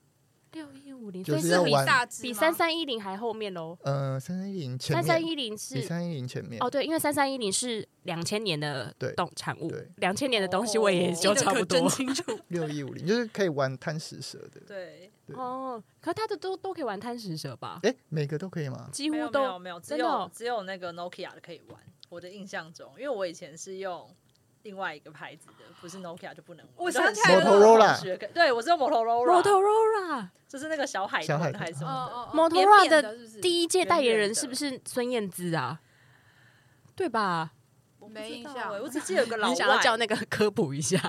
六一五零，
就
所以
是
是
要
比
玩
大只
比
吗
三三一零还后面喽。
呃，三三一零前
三
面，
三一零
比
是
三一零前面。
哦，对，因为三三一零是两千年的
对
动产物
对，
两千年的东西我也
哦
就差不
记得可
多
真 清楚。
六一五零就是可以玩贪食蛇的。
对，
对
哦。可他的都都可以玩贪食蛇吧？
哎、每个都可以吗？
几
没
乎
有没有
都
没有，只
真的
有
哦
只有那个 Nokia 的可以玩。我的印象中，因为我以前是用另外一个牌子的，不是 Nokia 就不能玩。
我
就
想
很
起来
幸运
了
我同
Motorola
学可以对我是用 Motorola，
Motorola
就是那个小海
小海
豚还是什
哦
么的。
哦哦
Motorola
扁扁的是不是
第一届代言人是不
远
是孙燕姿啊？对吧？
我不
没
知
印
道
象
欸我只记得有 个老
你想要
外，
叫那个科普一 下，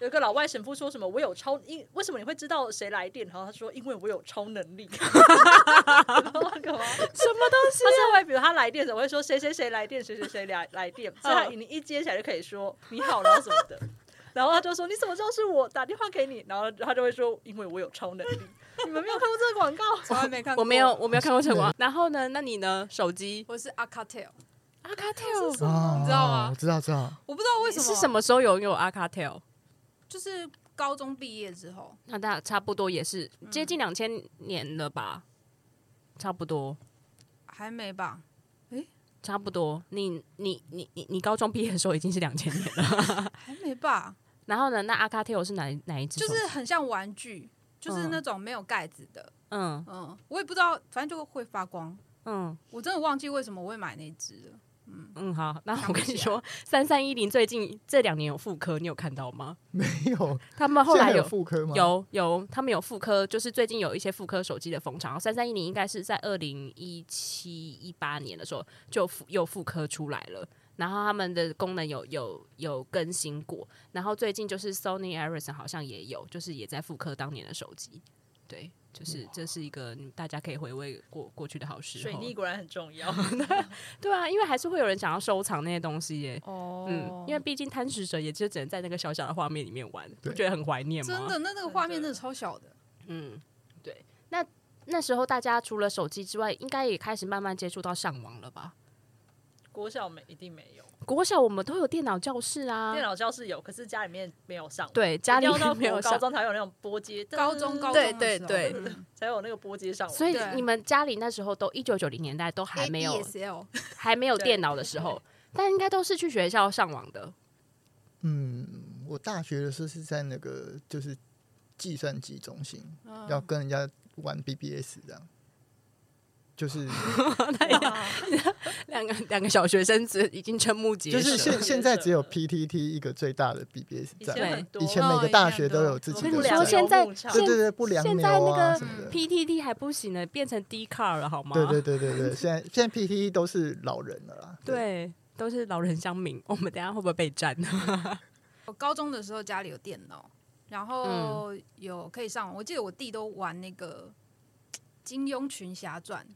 有个老外神父说什么我有超因为什么你会知道谁来电？然后他说因为我有超能 力。 然后那个吗
什么东西
他是会，比如他来电的时候会说谁谁谁来电，谁谁谁来来电，
嗯
所以他你一接起来就可以说你好，然后什么的， 然后他就说你怎么知道是我打电话给你？然后他就会说因为我有超 能力。你们没有看过这个广告？
从来没看 过。
我没有，，我没有看过什 么。然后呢？那你呢？手机
我是 a c a t e l
阿卡 tel
啊，
你知道吗
我知道，知道。
我不知道为什么啊
是什么时候拥有阿卡 tel？
就是高中毕业之后，
那大差不多也是接近两千年了吧，差不多，
还没吧？
差不多。你你你你你高中毕业的时候已经是两千年了。
还没吧？
然后呢？那阿卡 tel 是哪一哪一只
就
手机？
是很像玩具，就
嗯
是那种没有盖子的。
嗯
嗯，我也不知道，反正就会发光。
嗯
我真的忘记为什么我会买那只了。
嗯，好。那
想
我
不
跟
起
你
来
说，三三一零最近这两年有复刻，你有看到吗？
没有，
他们后
现
来
在有
有
妇科吗？，
有有，他们有复刻，就是最近有一些复刻手机的风潮。三三一零应该是在二零一七一八年的时候就复又复刻出来了，然后他们的功能有有有更新过，然后最近就是 Sony Ericsson 好像也有，就是也在复刻当年的手机，对。就是这是一个大家可以回味过过去的好时候，
水泥果然很重要。
对啊，因为还是会有人想要收藏那些东西耶，
哦
嗯，因为毕竟贪食蛇也就只能在那个小小的画面里面玩，不
对
觉得很怀念吗？
真的，那那个画面真的超小的。
嗯，对。那那时候大家除了手机之外，应该也开始慢慢接触到上网了吧？
国小没一定没有，
国小我们都有电脑教室 啊，
电脑教室有，可是家里面没有上网。
对家里
一定要到
没有
国高
上，
中才有那种拨接，
高中高中
对
的
对
时候
对
嗯
才有那个拨接上网。
所以
对
你们家里那时候都一九九零年代都还没有
ADSL
还没有电脑的时 候，但应该都是去学校上网的。
嗯，我大学的时候是在那个就是计算机中心，
嗯
要跟人家玩 BBS 这样，就是
两个两个小学生子已经瞠目结
就
舌，
是现现
也
在
是
只有 PTT 一个最大的 BBS
以
站，
前
对
很多，
以前
哦
每个
以
大
前
学
很
都
多
有自己
跟
的
你
良
说
站
现
现。
在
现在
对对对，不良
现在
牛
那
啊
个
什么的，
PTT 还不行呢，变成 D car 了好吗？
对对对对对，现在现在 PTT 都是老人了啦。对，
对都是老人乡民， 我们等一下会不会被 占？
我高中的时候家里有电脑，然后有可以上网。我记得我弟都玩那个嘖《金庸群侠传》，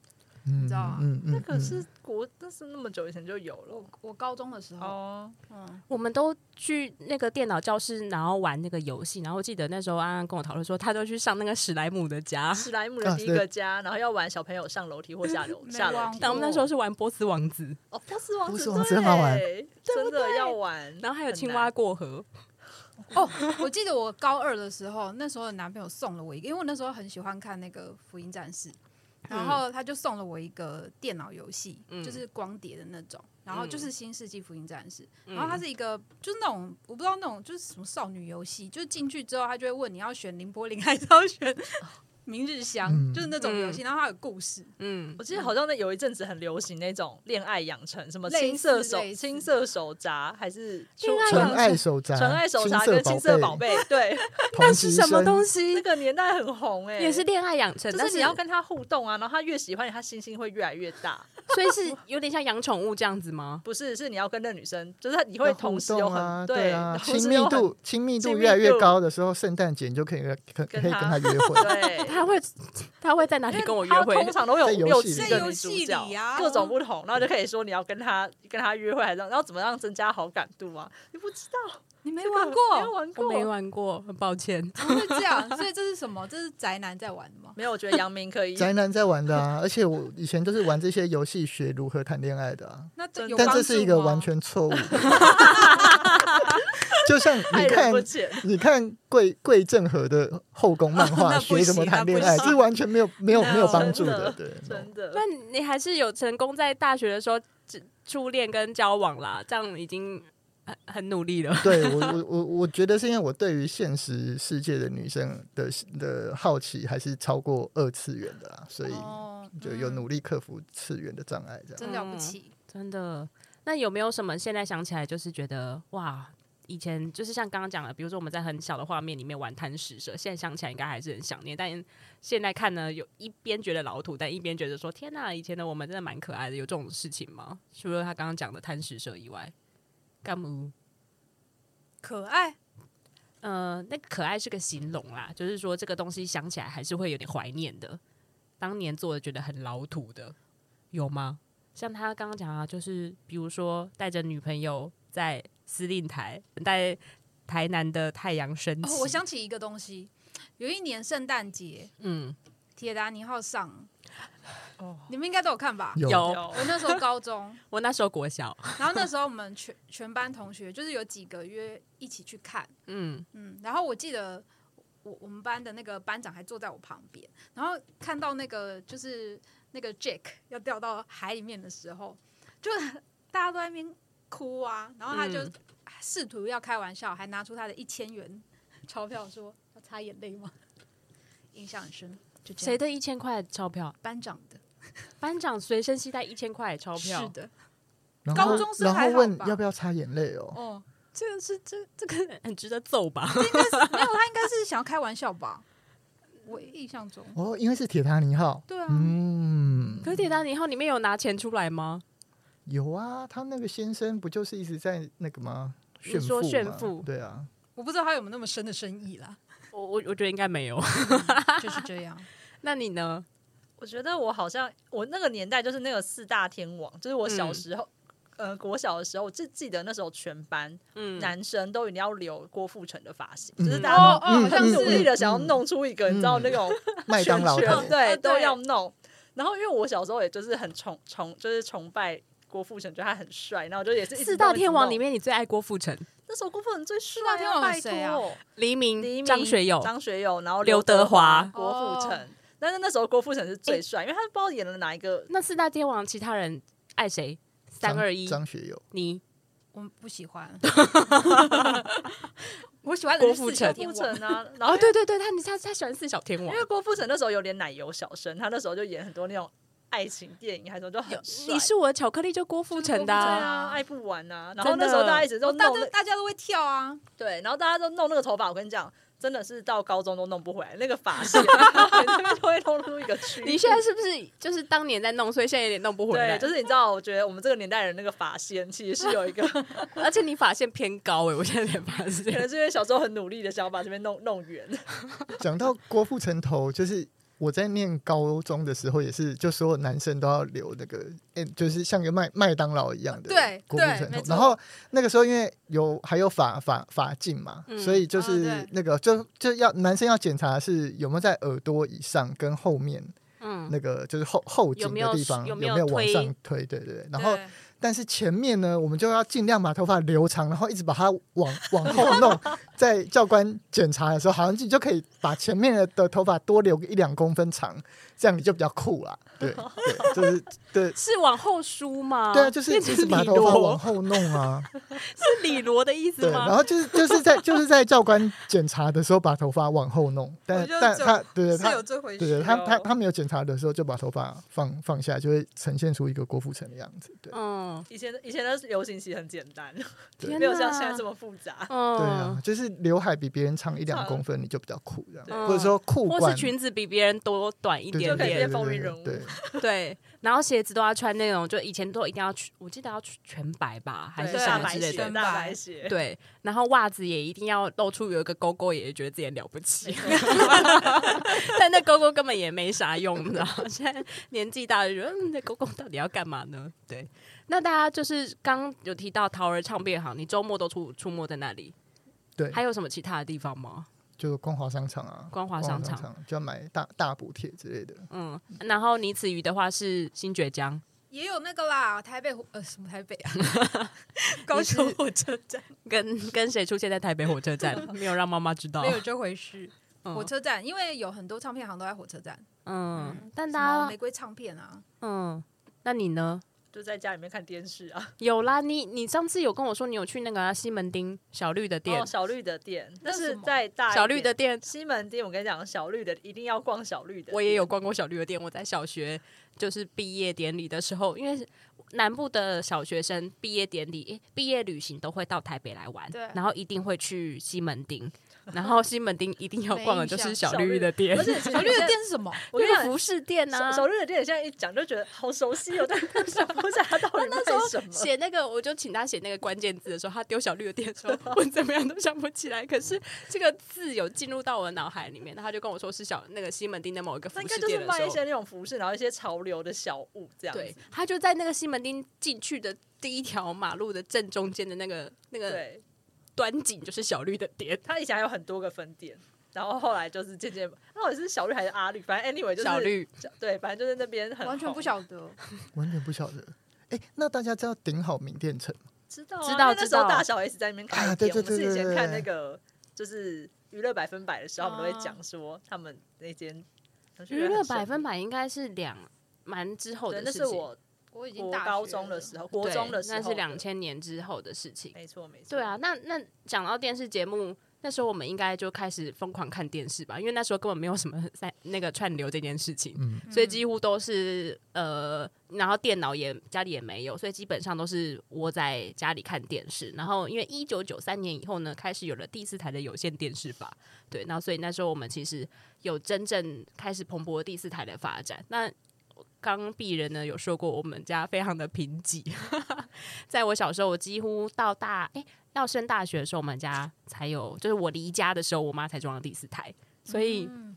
你
知道啊
嗯嗯，
那可
嗯
是国，那是那么久以前就有了。
我高中的时候，
哦，
嗯，
我们都去那个电脑教室，然后玩那个游戏。然后我记得那时候安安跟我讨论说，他都去上那个史莱姆的家。
史莱
啊
姆的第一个家，然后要玩小朋友上楼梯或下楼
没
下楼
玩
梯。
但我们那时候是玩波斯王子，
哦，波斯王
波
子，
斯王子很好玩
对真的要玩。
然后还有青蛙过河。
哦，我记得我高二的时候，那时候的男朋友送了我一个，因为我那时候很喜欢看那个《福音战士》，然后他就送了我一个电脑游戏，
嗯
就是光碟的那种，然后就是
嗯
《新世纪福音战士》
嗯
然后它是一个就是那种我不知道那种就是什么少女游戏，就是进去之后他就会问你要选林柏林还是要选明日香，
嗯
就是那种游戏，然后它有故事，
嗯
我记得好像那有一阵子很流行那种恋爱养成，什么
类似
青色手
类似
青色手札，还是
恋爱
纯
养
爱手札、
纯爱手札
啊青
跟青色宝
贝，
贝，对，
那是什么
西？
东
那
西？
个年代很红哎、
也是恋爱养成，
就
但
是你要跟他互动啊，然后他越喜欢你，他星星会越来越大。
所以是有点像养宠物这样子吗？
不是，是你要跟那女生，就是你会同时有
互动啊
很
对啊，
同
亲
时
密
有很
度 亲密
亲
度
密
越来越
度
高的时候，圣诞节你就可以跟可可
跟
以跟
他
他约会。
对，
他会他会在哪
因
里
为
跟我约会
他？通常都会有
在游
六
戏
七个
里
在
女
游
主
戏
角
里啊，
各种不同，然后就可以说你要跟他跟他约会，还是然后怎么样增加好感度啊？你不知道，
你没
这个
哎玩
没有
过，
玩
我
过，
没玩过，很抱歉。
怎么会这样？所以这是什么？这是宅男在玩的吗？
没有，我觉得杨明可 以。
宅男在玩的啊，而且我以前都是玩这些游戏学如何谈恋爱的啊，
那这
真
有
但
帮
这是
助
一个
吗
完全 错误 的。就像
爱
你
人
看
不，浅，
你看桂桂正和的后宫漫
那
画，
不
学怎么
行那
谈
不
恋爱，
行
这完全没有 没有没有
No，
帮助
真的
的。对，
真 的。
那你还是有成功在大学的时候只初恋跟交往啦，这样已经很很努力了。
对我我我我觉得是因为我对于现实世界的女生的的好奇还是超过二次元的啦，所以
哦
就有
嗯
努力克服次元的障碍这样。
真了不起。
真的。那有没有什么现在想起来就是觉得哇，以前就是像刚刚讲的，比如说我们在很小的画面里面玩贪食蛇，现在想起来应该还是很想念，但现在看呢，有一边觉得老土，但一边觉得说天呐，以前的我们真的蛮可爱的，有这种事情吗？除了他刚刚讲的贪食蛇以外，干嘛？
可爱，
呃，那个可爱是个形容啦，就是说这个东西想起来还是会有点怀念的。当年做的觉得很老土的，有吗？像他刚刚讲啊，就是比如说带着女朋友在司令台，在台南的太阳升起，
哦，我想起一个东西，有一年圣诞节，
嗯，
《铁达尼号》上，
哦
你们应该都有看吧？
有
有
有
我那时候高中，
我那时候国小，
然后那时候我们全全班同学就是有几个约一起去看，
嗯，
嗯，然后我记得我我们班的那个班长还坐在我旁边，然后看到那个就是那个 Jack 要掉到海里面的时候，就 大家都在那边哭啊，然后他就
嗯
试图要开玩笑，还拿出他的一千元钞票说要擦眼泪吗？印象很深，就这
谁
样。
的一千块钞票？
班长的
班长随身携带一千块钞票，
是的，
然
高
后
中生
然
还
后
好
问
吧
要不要擦眼泪哦？
哦，这个是这这个
很很值得揍吧？
没有，他应该是想要开玩笑吧？我印象中，
哦，因为是铁达尼号。
对啊，
嗯，
可是铁达尼号里面有拿钱出来吗？
有啊，他那个先生不就是一直在那个吗？
你
炫
说
富
炫
嘛
富
对啊，
我不知道他有没有那么深的深意 啦，
我我我觉得应该没有。
就是这样。
那你呢？
我觉得我好像我那个年代就是那个四大天王，就是我小
嗯
时候，呃，国小的时候，我就记得那时候全班
嗯，
男生都一定要留郭富城的发型，
嗯
就是大家
哦哦好
都
像
很
是
努力的想要弄出一个，你知道
嗯
那种
麦当劳
圈圈对
的
哦对
都要弄。然后因为我小时候也就是很崇崇，就是崇拜郭富城，觉得他很帅，然后我就也 是一直
四大
弄
天王里，
一直弄
面，你最爱郭富城、
那时候郭富城最帅、啊，
大天王
拜
有谁啊
托
黎
黎
明、
明
张学友，
张学友，然后
刘
德
德华
郭富城。
哦
但是那时候郭富城是最帅，因为他不知道演了哪一个
那四大天王其他人爱谁？三
张
二一，
张学友，
你
我不喜欢，我喜欢的
郭
是
富城
四小
郭
天
富
王
城。啊，然后
哦，对对对，他你他他喜欢四小天
因
王
为，郭富城那时候有点奶油小生，他那时候就演很多那种爱情电影，还是什么就很帅。
你是我的巧克力就郭富城的
对
啊、
啊，爱不完啊。然
真
后那时候
的
大家一直都
哦大
弄
家
那
大家都会跳啊，
对，然后大家都弄那个头发，我跟你讲，真的是到高中都弄不回来，那 个发线那边就会弄出一个 区。
你现在是不是就是当年在弄，所以现在有点弄不回来？
对，就是你知道，我觉得我们这个年代人那个发线其实是有一个，可
而且你发线偏高哎、我现在才发现。
能是因为小时候很努力的想要把这边弄弄圆。
讲到郭富城头，就是我在念高中的时候，也是就所有男生都要留那个，哎、就是像个麦麦当劳一样的
对
郭富
对
城
没
头。
错
然后那个时候因为有还有法法法镜嘛，
嗯
所以就
啊
是
对
那个、就就要男生要检查是有没有在耳朵以上跟后面
嗯，
那个就是后后
有
颈
没有
的地方
有
有
没
没
有
有往
推
上推，对对对。然后
对
但是前面呢，我们就要尽量把头发留长，然后一直把它往往后弄。在教官检查的时候，好像你就可以把前面的头发多留个一两公分长，这样你就比较酷啊啦。 对对，就是对
是往后梳吗？
对啊，就是
变
一
成
直把
李
头发
罗
往后弄 啊。
是李罗的意思
对，然
吗？
后就是就是在就是在教官检查的时候把头发往后弄，但
我觉得
但
这
他对对
是
他
有这回事
对
哦。
对他他他没有检查的时候就把头发放放下，就会呈现出一个郭富城的样子。对
嗯，
以前的以前的流行其实很简单，
对
天
没有像现在这
么
么复杂。
嗯
对啊，，就是刘海比别人长一两
长
公分，你就比较酷这样，
对
或者说裤
嗯或
管
是裙子比别人多短一
对
点
对
可以
点，
变风云人物
对对对
对，然后鞋子都要穿那种，就以前都一定要去，我记得要去全白吧，还是
对
什
大
么
白
之类
鞋，
的。
大白鞋，
对，然后袜子也一定要露出有一个勾勾，也觉得自己很了不 起，但那勾勾根本也没啥用，你知道吗？现在年纪大了，觉得嗯，那勾勾到底要干嘛呢？对，那大家就是刚有提到桃儿唱片行，你周末都出出没在那里，
对
还有什么其他的地方吗？
就是光华商场啊，
光华商
商
场
就要买大大补贴之类的。
嗯，然后倪子瑜的话是新觉江，
也有那个啦，台北火呃什么台北啊，高
你是
雄火车站
跟跟谁出现在台北火车站？没有让妈妈知道
没。有这回事。
嗯
火车站，因为有很多唱片行都在火车站，
嗯，但
什么
大
玫
家
瑰唱片啊，
嗯，那你呢？
就在家里面看电视啊。
有啦，你你上次有跟我说你有去那个啊西门町小绿的店
哦，，小绿的店，但
那什
是
么
在大一
小绿的
点
店，
西门町，我跟你讲，小绿的一定要逛小绿的。
我也有，逛过小绿的店。我在小学就是毕业典礼的时候，因为南部的小学生毕业典礼、诶毕业旅行都会到台北来玩
对，
然后一定会去西门町，然后西门町一定要逛的就是小绿的店
不，是
小绿的店是什么？
我跟你
那个
讲。
服饰店呢、
小
啊，
小绿的店，现在一讲就觉得好熟 悉哦，但是想不起来它到底
那时候
卖什么。
写那个，我就请他写那个关键字的时候，他丢小绿的店的时候，我怎么样都想不起来。可是这个字有进入到我的脑海里面，然后他就跟我说是小那个西门町的某一个服
那应该
饰
就是
店的
卖一
时
些
候，
那种服饰，然后一些潮流的小物这样
对
子。，
他就在那个西门町进去的第一条马路的正中间的那个那
对，
个端景就是小绿的店，
它以前还有很多个分店，然后后来就是渐渐，到底是小绿还是阿绿，反正 anyway 就是
小，绿
对，反正就是那边很
完全
红
不晓得。
完全不晓得。哎，那大家知道顶好名店城吗？
知道、啊、
知道
因为那时候
知道
大小 S 在那边开店，
啊对对对
我们是以前
对对
看
对
那个就是娱乐百分百的时候，他们都会讲说他们那间
哦娱乐百分百应该是两蛮之后
对，
的
那
事
是
情，
我
我已经
国
大
高中的
了
时
候，
候，国
对
中的时候
那是两
的，
千年之后的事情。
没错没错，
对啊，，那那讲到电视节目，那时候我们应该就开始疯狂看电视吧，因为那时候根本没有什么在那个串流这件事情，
嗯，
所以几乎都是呃，然后电脑也家里也没有，所以基本上都是窝在家里看电视。然后因为一九九三年以后呢，开始有了第四台的有线电视法，对，那所以那时候我们其实有真正开始蓬勃第四台的发展。那刚鄙人呢有说过，我们家非常的贫瘠， 在我小时候，我几乎到大哎、要升大学的时候，我们家才有，就是我离家的时候，我妈才装了第四台，所以。
嗯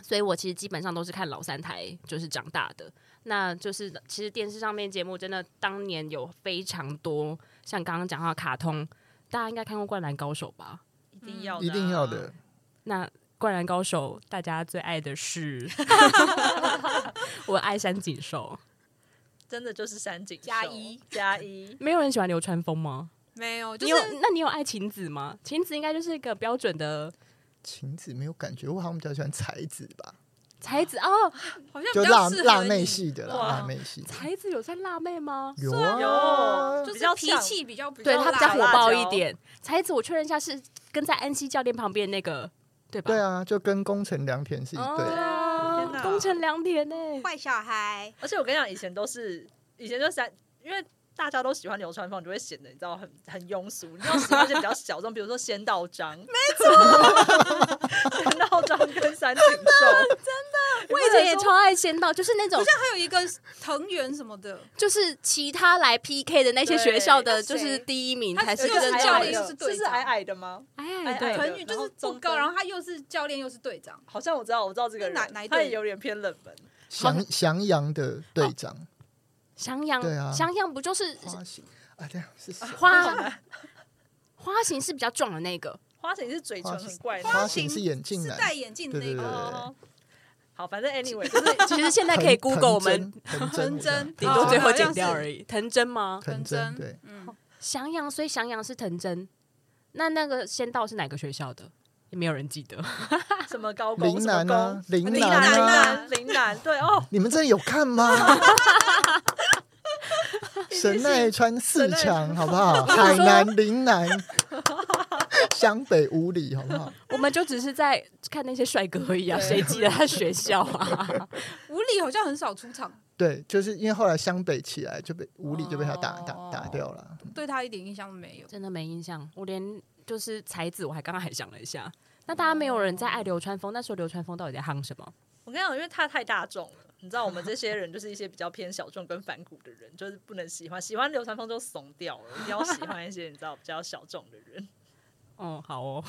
所以我其实基本上都是看老三台就是长大的。那就是其实电视上面节目真的当年有非常多，像刚刚讲到的卡通，大家应该看过《灌篮高手》吧？
一定要、啊
一定要的。。
那《灌篮高手》大家最爱的是， 我爱山井寿。
真的就是山井
加
寿
一
加一，
没有人喜欢流川枫吗？
没有，就
你有
是？
那你有爱晴子吗？晴子应该就是一个标准的
晴子没有感觉，我好像比较喜欢才子吧，
才子哦。
好像
就
比
辣
较适合
辣
你
妹，系的啦，
哇
辣妹系的
才子有算辣妹吗？
有
有
啊，
就
比
是
较
脾
像
气比较不
对
较
他比较
辣
火
啦
爆一点。才子，我确认一下是跟在安西教练旁边那个，对吧？
对啊，就跟宫城良田是一对
哦
的。
天哪
宫城良田呢、
坏小孩，
而且我跟你讲，以前都是以前就山，因为大家都喜欢流川枫，你就会显得你知道很很庸俗，你要喜欢一些比较小众，比如说仙道章，没错，仙道章跟山井寿，
我以前也超爱仙道，就是那种
还有一个藤原什么的，
就是其他来 PK 的那些
对
学校的，
那
就
谁
是第一名
他
才
只
是
有
真正
是教
的
练就是队
是
长
矮矮的吗？
哎
矮
哎
矮
对
的
藤原就
然后
是不
中
高，
分
然后他又是教练又是队长，
好像我知道，我知道这个人
那哪哪一
他
队
也有点偏冷门，
翔翔阳的队长
翔阳
对啊
翔阳不就是
花形啊，这样是谁
花花型是比较壮的那个，
花姐是嘴唇
花
很
形
怪的，
花形是眼镜
是
男，
戴眼镜的
对对
那
对
个，
对
哦好，反正 anyway 就是
其实现在可以 Google 我们，
藤
藤
真
真，
顶多最后
好
剪
像
掉
是
而已。藤真吗？
藤真
真
对，
嗯，
翔阳，所以翔阳是藤真。那那个仙道是哪个学校的？也没有人记得。
什么高工、
陵
什
南
么
啊
工，，
陵
陵
南啊
南，
南、陵南，对哦，
你们真的有看吗？神奈川四强，好不好？海南、陵南、湘北五里，好不好？
我们就只是在看那些帅哥而已啊，
对
谁记得他学校啊？
吴里好像很少出场，
对，就是因为后来湘北起来，就被五里就被他打打
哦
打掉了。
对他一点印象都没有。
真的没印象，我连就是才子，我还刚刚还想了一下。那大家没有人在爱流川枫，那时候流川枫到底在夯什么？
我跟你讲，因为他太大众了，你知道我们这些人就是一些比较偏小众跟反骨的人，就是不能喜欢，喜欢流川枫就怂掉了，一定要喜欢一些你知道比较小众的人。
哦，好哦，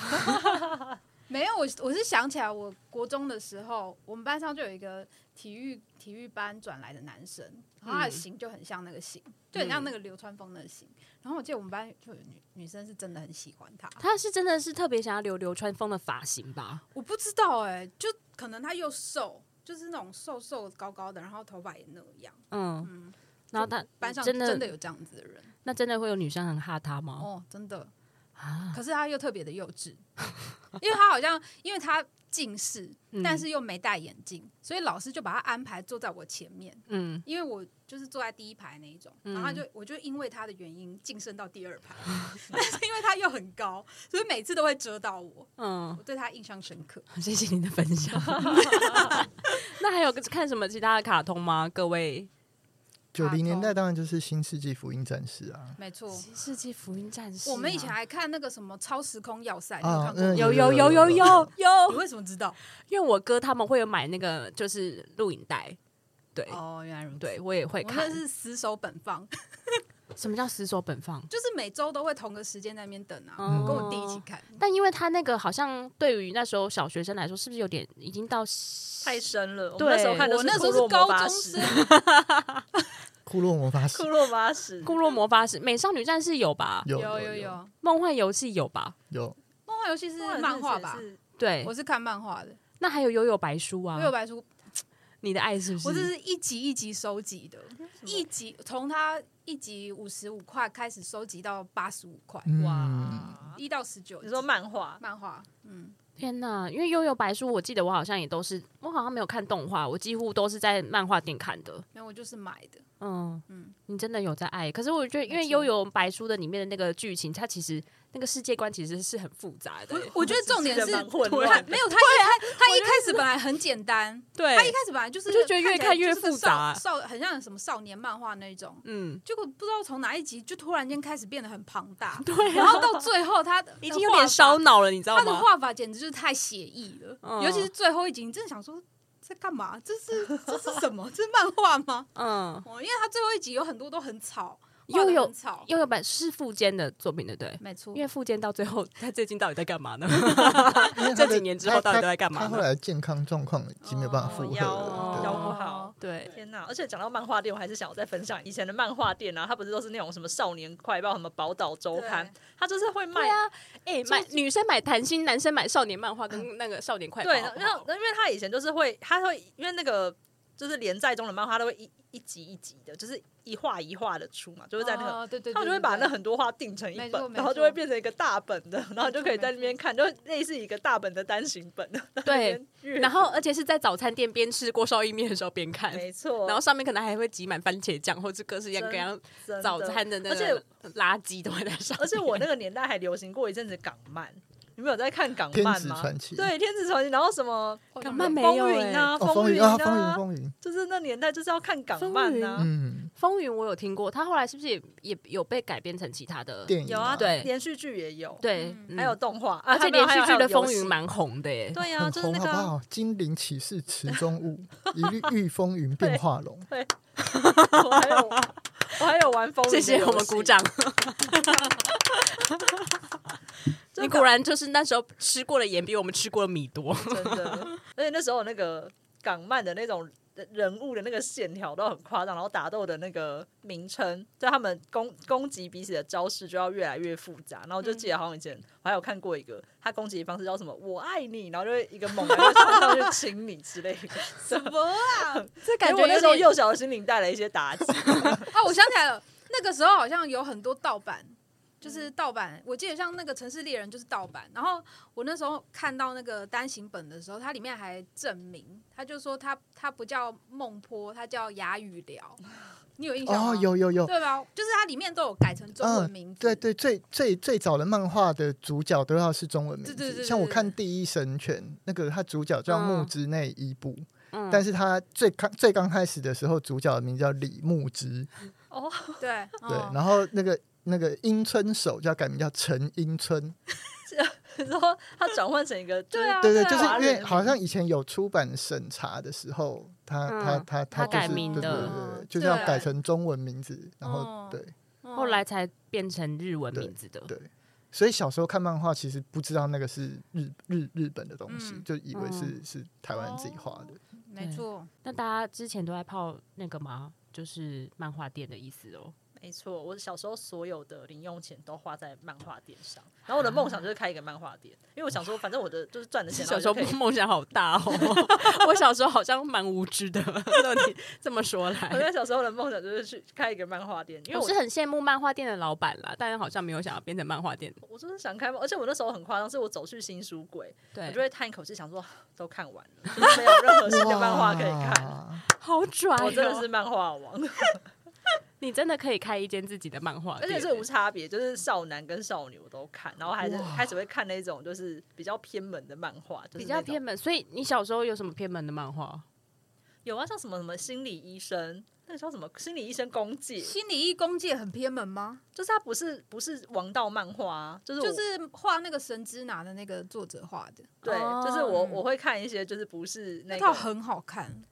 没有，我我是想起来，我国中的时候，我们班上就有一个体育体育班转来的男生，然后他的型就很像那个型，就很像那个流川枫那个型。然后我记得我们班就有女女生是真的很喜欢他，
他是真的是特别想要留流川枫的发型吧？
我不知道哎、就可能他又瘦，就是那种瘦瘦高高的，然后头发也那样。
嗯，
嗯，
然后他
班上
真的
有这样子的人
那真的会有女生很哈他吗？
哦，真的。
啊，
可是他又特别的幼稚， 因为他好像因为他近视，
嗯
但是又没戴眼镜，所以老师就把他安排坐在我前面。
嗯，
因为我就是坐在第一排那一种，
嗯
然后他就我就因为他的原因晋升到第二排， 但是因为他又很高，所以每次都会遮到我，
嗯
我，对他印象深刻。
谢谢你的分享。那还有看什么其他的卡通吗？各位，
九零年
啊
代当然就是《新世纪福音战士》啊，
没错
《新世纪福音战士》，啊
我们以前还看那个什么超时空要塞，你哦有
啊
看，
嗯
过吗？哦
有有有有有
你
有，
为什么知道？
因为我哥他们会有买那个就是录影带，对
哦，原来如此。
对，我也会
我
看
那。是死守本放，
什么叫死守本放？
就是每周都会同个时间在那边等啊。
嗯
我跟我弟一起看，
但因为他那个好像对于那时候小学生来说，是不是有点已经到
太深了，我
对
们那时候看的
我那时
库
候
洛
是
魔
高
法
中
使，
生，
《骷髅魔法使
库》洛魔法使，
部落魔法使、美少女战士有吧？
有
有
有
有，
梦幻游戏有吧？
有，
梦幻游戏是漫画吧？
对
我，是看漫画的，
那还有悠悠白书啊
因为，白书
你的爱是不是？
我这是一集一集收集的，一集从它一集五十五块开始收集到八十五块，
嗯，
哇！
一到十九。
你说漫画，
漫画？嗯，
天哪！因为悠悠白书，我记得我好像也都是，我好像没有看动画，我几乎都是在漫画店看的。
没有，我就是买的。
嗯
嗯
你真的有在爱。可是我觉得，因为
没错
悠悠白书的里面的那个剧情，它其实那个世界观其实是很复杂的。欸
我觉得重点
是
是
蛮混
它
乱的
没有它一开它一开始本来很简单，
对
它一开始本来就是
我就觉得越
看起来
看越
就是个
复杂
少少很像什么少年漫画那一种。
嗯，
结果不知道从哪一集就突然间开始变得很庞大，
对
然
啊，
后到最后他的
已经有点烧脑了，你知道
他的
吗？
画法简直就是太写意了，
嗯
尤其是最后一集，你真的想说在干嘛？这是这是什么？这是漫画吗？
嗯，
哦，因为他最后一集有很多都很吵，
又
画得
有
很吵，
悠悠白是富坚的作品，对不对？
没错
因，为富坚到最后，他最近到底在干嘛呢？
因为他
这
的
几年之
他
后到底
他
都在干嘛
他后
呢
来的健康状况已经没有办法
哦
负荷
腰
了，对
腰不好。
对，
天哪！而且讲到漫画店，我还是想要再分享以前的漫画店啊，它不是都是那种什么少年快报、什么宝岛周刊
对，
它就是会卖
对啊，哎、买女生买谈心，男生买少年漫画 跟那个少年快报，
对，
好不
然后
好
因为他以前就是会，他会因为那个就是连载中的漫画，都会一一集一集的，就是一画一画的出嘛，就是在那个。
哦对对，对
他们就会把那
对
很多画定成一
没错
本，
没
然后就
错
会变成一个大本的，然后
没
就
错
可以
没
在那边看，就类似一个大本的单行本。
对，
阅
然后而且是在早餐店边吃锅烧意面的时候边看，
没错，
然后上面可能还会挤满番茄酱，或者各式各样各样
真的
早餐的那
而且
个垃圾都会在上面。
而且我那个年代还流行过一阵子港漫，你们有在看港
天
漫
子
吗？
传奇
对，《天子传奇》，然后什么
对
干嘛没
风
有
欸
云啊，
哦，风
云
云啊，风云
啊，
风云，
就是那年代就是要看港漫啊，
嗯，
风云我有听过，他后来是不是也也有被改编成其他的？
电影
有啊，
对
连续剧也有，，
对，
嗯
嗯
还有动画，啊
而且
还有
连续剧的风云，
还有
蛮红的耶
游戏。对呀，
很
就是
红
那
好不
个啊
好？金陵岂是池中物，一律遇风云变化龙。
我还有我还有玩风云，
谢谢我们鼓。掌。你果然就是那时候吃过的盐比我们吃过的米多。
真的。而且那时候那个港漫的那种人人物的那个线条都很夸张，然后打斗的那个名称，就他们攻攻击彼此的招式就要越来越复杂。然后我就记得好像以前我还有看过一个，他攻击的方式叫什么“我爱你”，然后就会一个猛男就冲上去亲你之类的。
什么啊？
这
因
感
为
觉
我那
有
时候
点
幼小的心灵带了一些打击，
啊，我想起来了，那个时候好像有很多盗版，就是
嗯
盗版。我记得像那个《城市猎人》就是盗版。然后我那时候看到那个单行本的时候，它里面还证明，他就说他他不叫孟坡，他叫雅语聊。你有印象吗？
哦，有有有，
对吧？就是它里面都有改成中
嗯
文名字。
对对，最最最早的漫画的主角都要是中文名字，
对对对
像我
对
看《第一神拳》，那个他主角叫木
嗯
之内一部，
嗯
但是他最刚最刚开始的时候，主角的名叫李木之，
对嗯对
对，然后那个那个樱村守就要改名叫陈樱村，
然后他转换成一个就是
对啊，
对
对
对，
啊
就是
华
因为
人
好像以前有出版审查的时候，他他
嗯
他
他
就是
改名
对对
的
对对
嗯
就是要
对
改成中文名字，然后
嗯
对
嗯
后来才变成日文名字的。
对，所以小时候看漫画其实不知道那个是日日日本的东西，
嗯
就以为是是台湾人自己
哦
画的。
没错，
那大家之前都在泡那个吗？就是漫画店的意思哦。
没错，我小时候所有的零用钱都花在漫画店上，然后我的梦想就是开一个漫画店，因为我想说，反正我的就是赚的钱，
小时候
然后就可以
梦想好 大哦，我小时候好像蛮无知的。 那你这么说
我
来，
在小时候的梦想就是去开一个漫画店，因为
我哦
我
是很羡慕漫画店的老板啦，但是好像没有想要变成漫画店。
我就是想开漫，而且我那时候很夸张，是我走去新书柜，我就
对，
会叹一口气，想说都看完了，就是没有任何新的漫画可以看。
哇，
好拽、哦！
我真的是，漫画王，
你真的可以开一间自己的漫画
而
店，
且是无差别，就是少男跟少女我都看，然后还是
哇
开始会看那种就是比较偏门的漫画，就是
比较
那种
偏门。所以你小时候有什么偏门的漫画？
有啊，像什么什么心理医生，那个叫什么心理医生公介，
心理义工界很偏门吗？
就是他不是不是王道漫画、啊，就是我
就是画那个神之拿的那个作者画的，
对，
哦
就是我
嗯
我会看一些就是不是那
那
个
套很好看。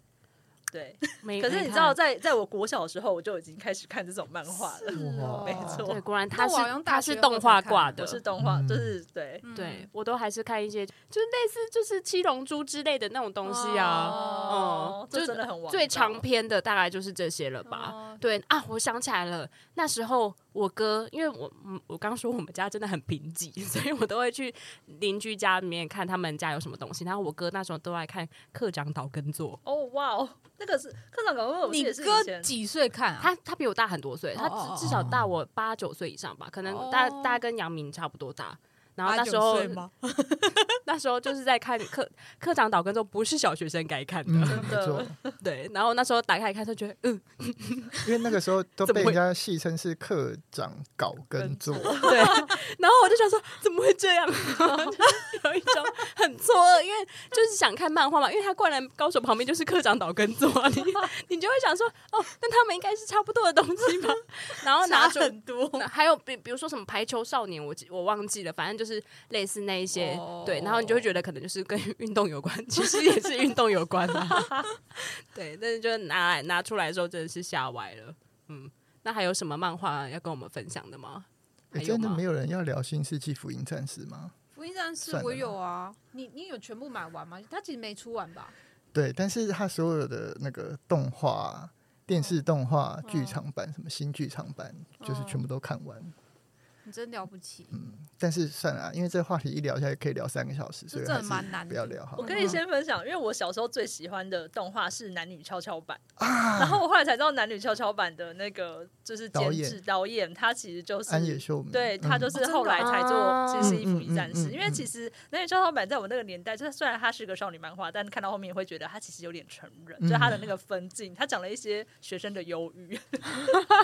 对，
没
可是
没
你知
看
道在在我国小的时候我就已经开始看这种漫画了，
嗯
哇
没错
对，果然他
那我好像
是
大
他
学
是动画挂
我
的，
是动画，
嗯
就是对。
嗯
对我都还是看一些就是类似就是七龙珠之类的那种东西啊，
哦
哦，
这
就
真的很王道
最长篇的大概就是这些了吧。
哦
对啊，我想起来了，那时候我哥，因为我嗯我刚说我们家真的很贫瘠， 所以我都会去邻居家里面看他们家有什么东西。然后我哥那时候都爱看《课长岛耕作》
哦哇哦，那个是科长搞问我记
你
得是以
哥
前
几岁看啊？
他他比我大很多岁，他
哦哦哦
至至少大我八九岁以上吧，可能大
哦
大概跟杨明差不多大。然后那时候
八九岁吗
那时候就是在看课课长岛耕作，不是小学生该看的。
嗯，
真
没
的
错，
对，然后那时候打开看，就觉得嗯，
因为那个时候都
怎么
被
会
人家戏称是课长搞跟做，
对， 然后我就想说怎么会这样，啊然后就有一种很错愕，因为就是想看漫画嘛，因为他《灌篮高手》旁边就是课长岛耕作， 你你就会想说哦，那他们应该是差不多的东西 吧，然后拿出
差很多，
那还有比比如说什么排球少年，我记我忘记了，反正就是类似那一些、
哦
对，然后你就会觉得可能就是跟运动有关，其实也是运动有关 啦。对，但是就拿来拿出来的时候真的是吓歪了。嗯，那还有什么漫画要跟我们分享的吗？
诶
还有
真的
吗
没有人要聊《新世纪福音战士》吗？
福音战士
算了
我
啦
有啊，你你有全部买完吗？他其实没出完吧？
对，但是他所有的那个动画、电
嗯
视动画、剧场版、什么新剧场版，就是
嗯
全部都看完。
你真了不起，
但是算了啊，因为这话题一聊下来可以聊三个小时，
这
所以
真
还
的蛮
是
难的。
不要聊好
我
了。
可以先分享，因为我小时候最喜欢的动画是《男女跷跷板》然后我后来才知道《男女跷跷板》的那个就是
啊导
监
演
制导演，他其实就是
安野秀明，
对 他就
嗯
是后来才做
哦
《
真的啊
新世纪福音战士》
嗯嗯嗯嗯
因为其实《男女跷跷板》在我那个年代，就是虽然它是个少女漫画，但看到后面也会觉得它其实有点成人，
嗯
就是它的那个分镜，它讲了一些学生的忧郁，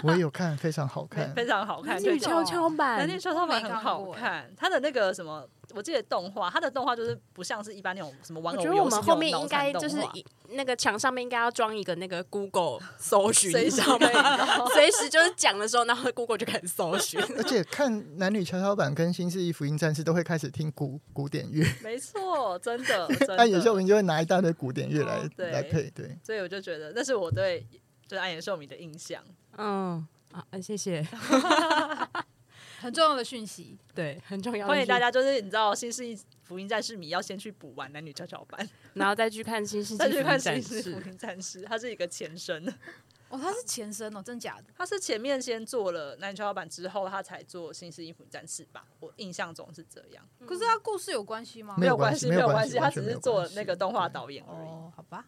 我也有看，非常好 看。
非常好看。
女
对，
跷跷
板
男女跷跷板很
没看
好
过
看，它的那个什么，我记得动画，它的动画就是不像是一般那种什么玩
我
偶
觉
游
得
戏
我们后面
那种
应该
脑
就是
残动画
一那个墙上面应该要装一个那个 Google 搜寻，
随
你
时
知
可
道
以你哦
吗
知？道吗
随时就是讲的时候，然后 Google 就开始搜寻。
而且看男女跷跷板跟新世纪福音战士都会开始听古古典乐，
没错，真的，真
安野秀
的。
明就会拿一大堆古典乐来
哦对
来配。对，
所以我就觉得，那是我对就是暗野秀明的印象。
嗯，啊，谢谢。
很重要的讯息，
对，很重要。
欢迎大。家，就是你知道《新世纪福音战士》迷要先去补完男女跷跷板，
然后再去看《新世纪
再去
福
看
音
《新
战
世
士
纪》福音战士》，它是一个前身。
哦，他是前身哦，真假的？
他是前面先做了男女跷跷板之后，他才做《新式衣服战士》吧？我印象中是这样，
可是他故事有关系吗？
没有
关
关系
没
没有
关
关
系，
系
他
完全
只
没
是
有
做
关系
那个动画导演而已。
哦，好吧，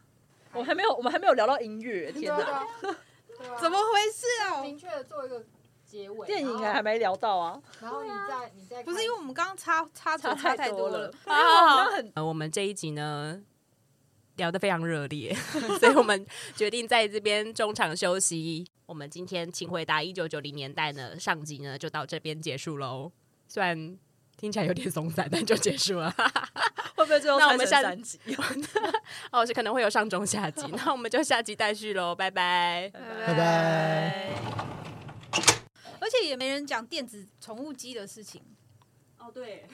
我还没有，我们还没有聊到音乐，天
对
哪！
啊，对啊
怎么回事啊？
明确的做一个结
啊
尾？
电影
然后
还没聊到啊，
然后你再你再
不是
看
因为我们刚刚插插嘴
差
插
太
多
了
了，。
好好好
那很
呃，我们这一集呢聊得非常热 烈，所以我们决定在这边中场休息。我们今天请回答一九九零年代呢上集呢就到这边结束喽。虽然听起来有点松散，但就结束了。
会不会最后
那我们
拆成
下
三集？
哦，是可能会有上中下集，那我们就下集待续喽，拜拜。
拜拜。
而且也没人讲电子宠物机的事情。
哦，对。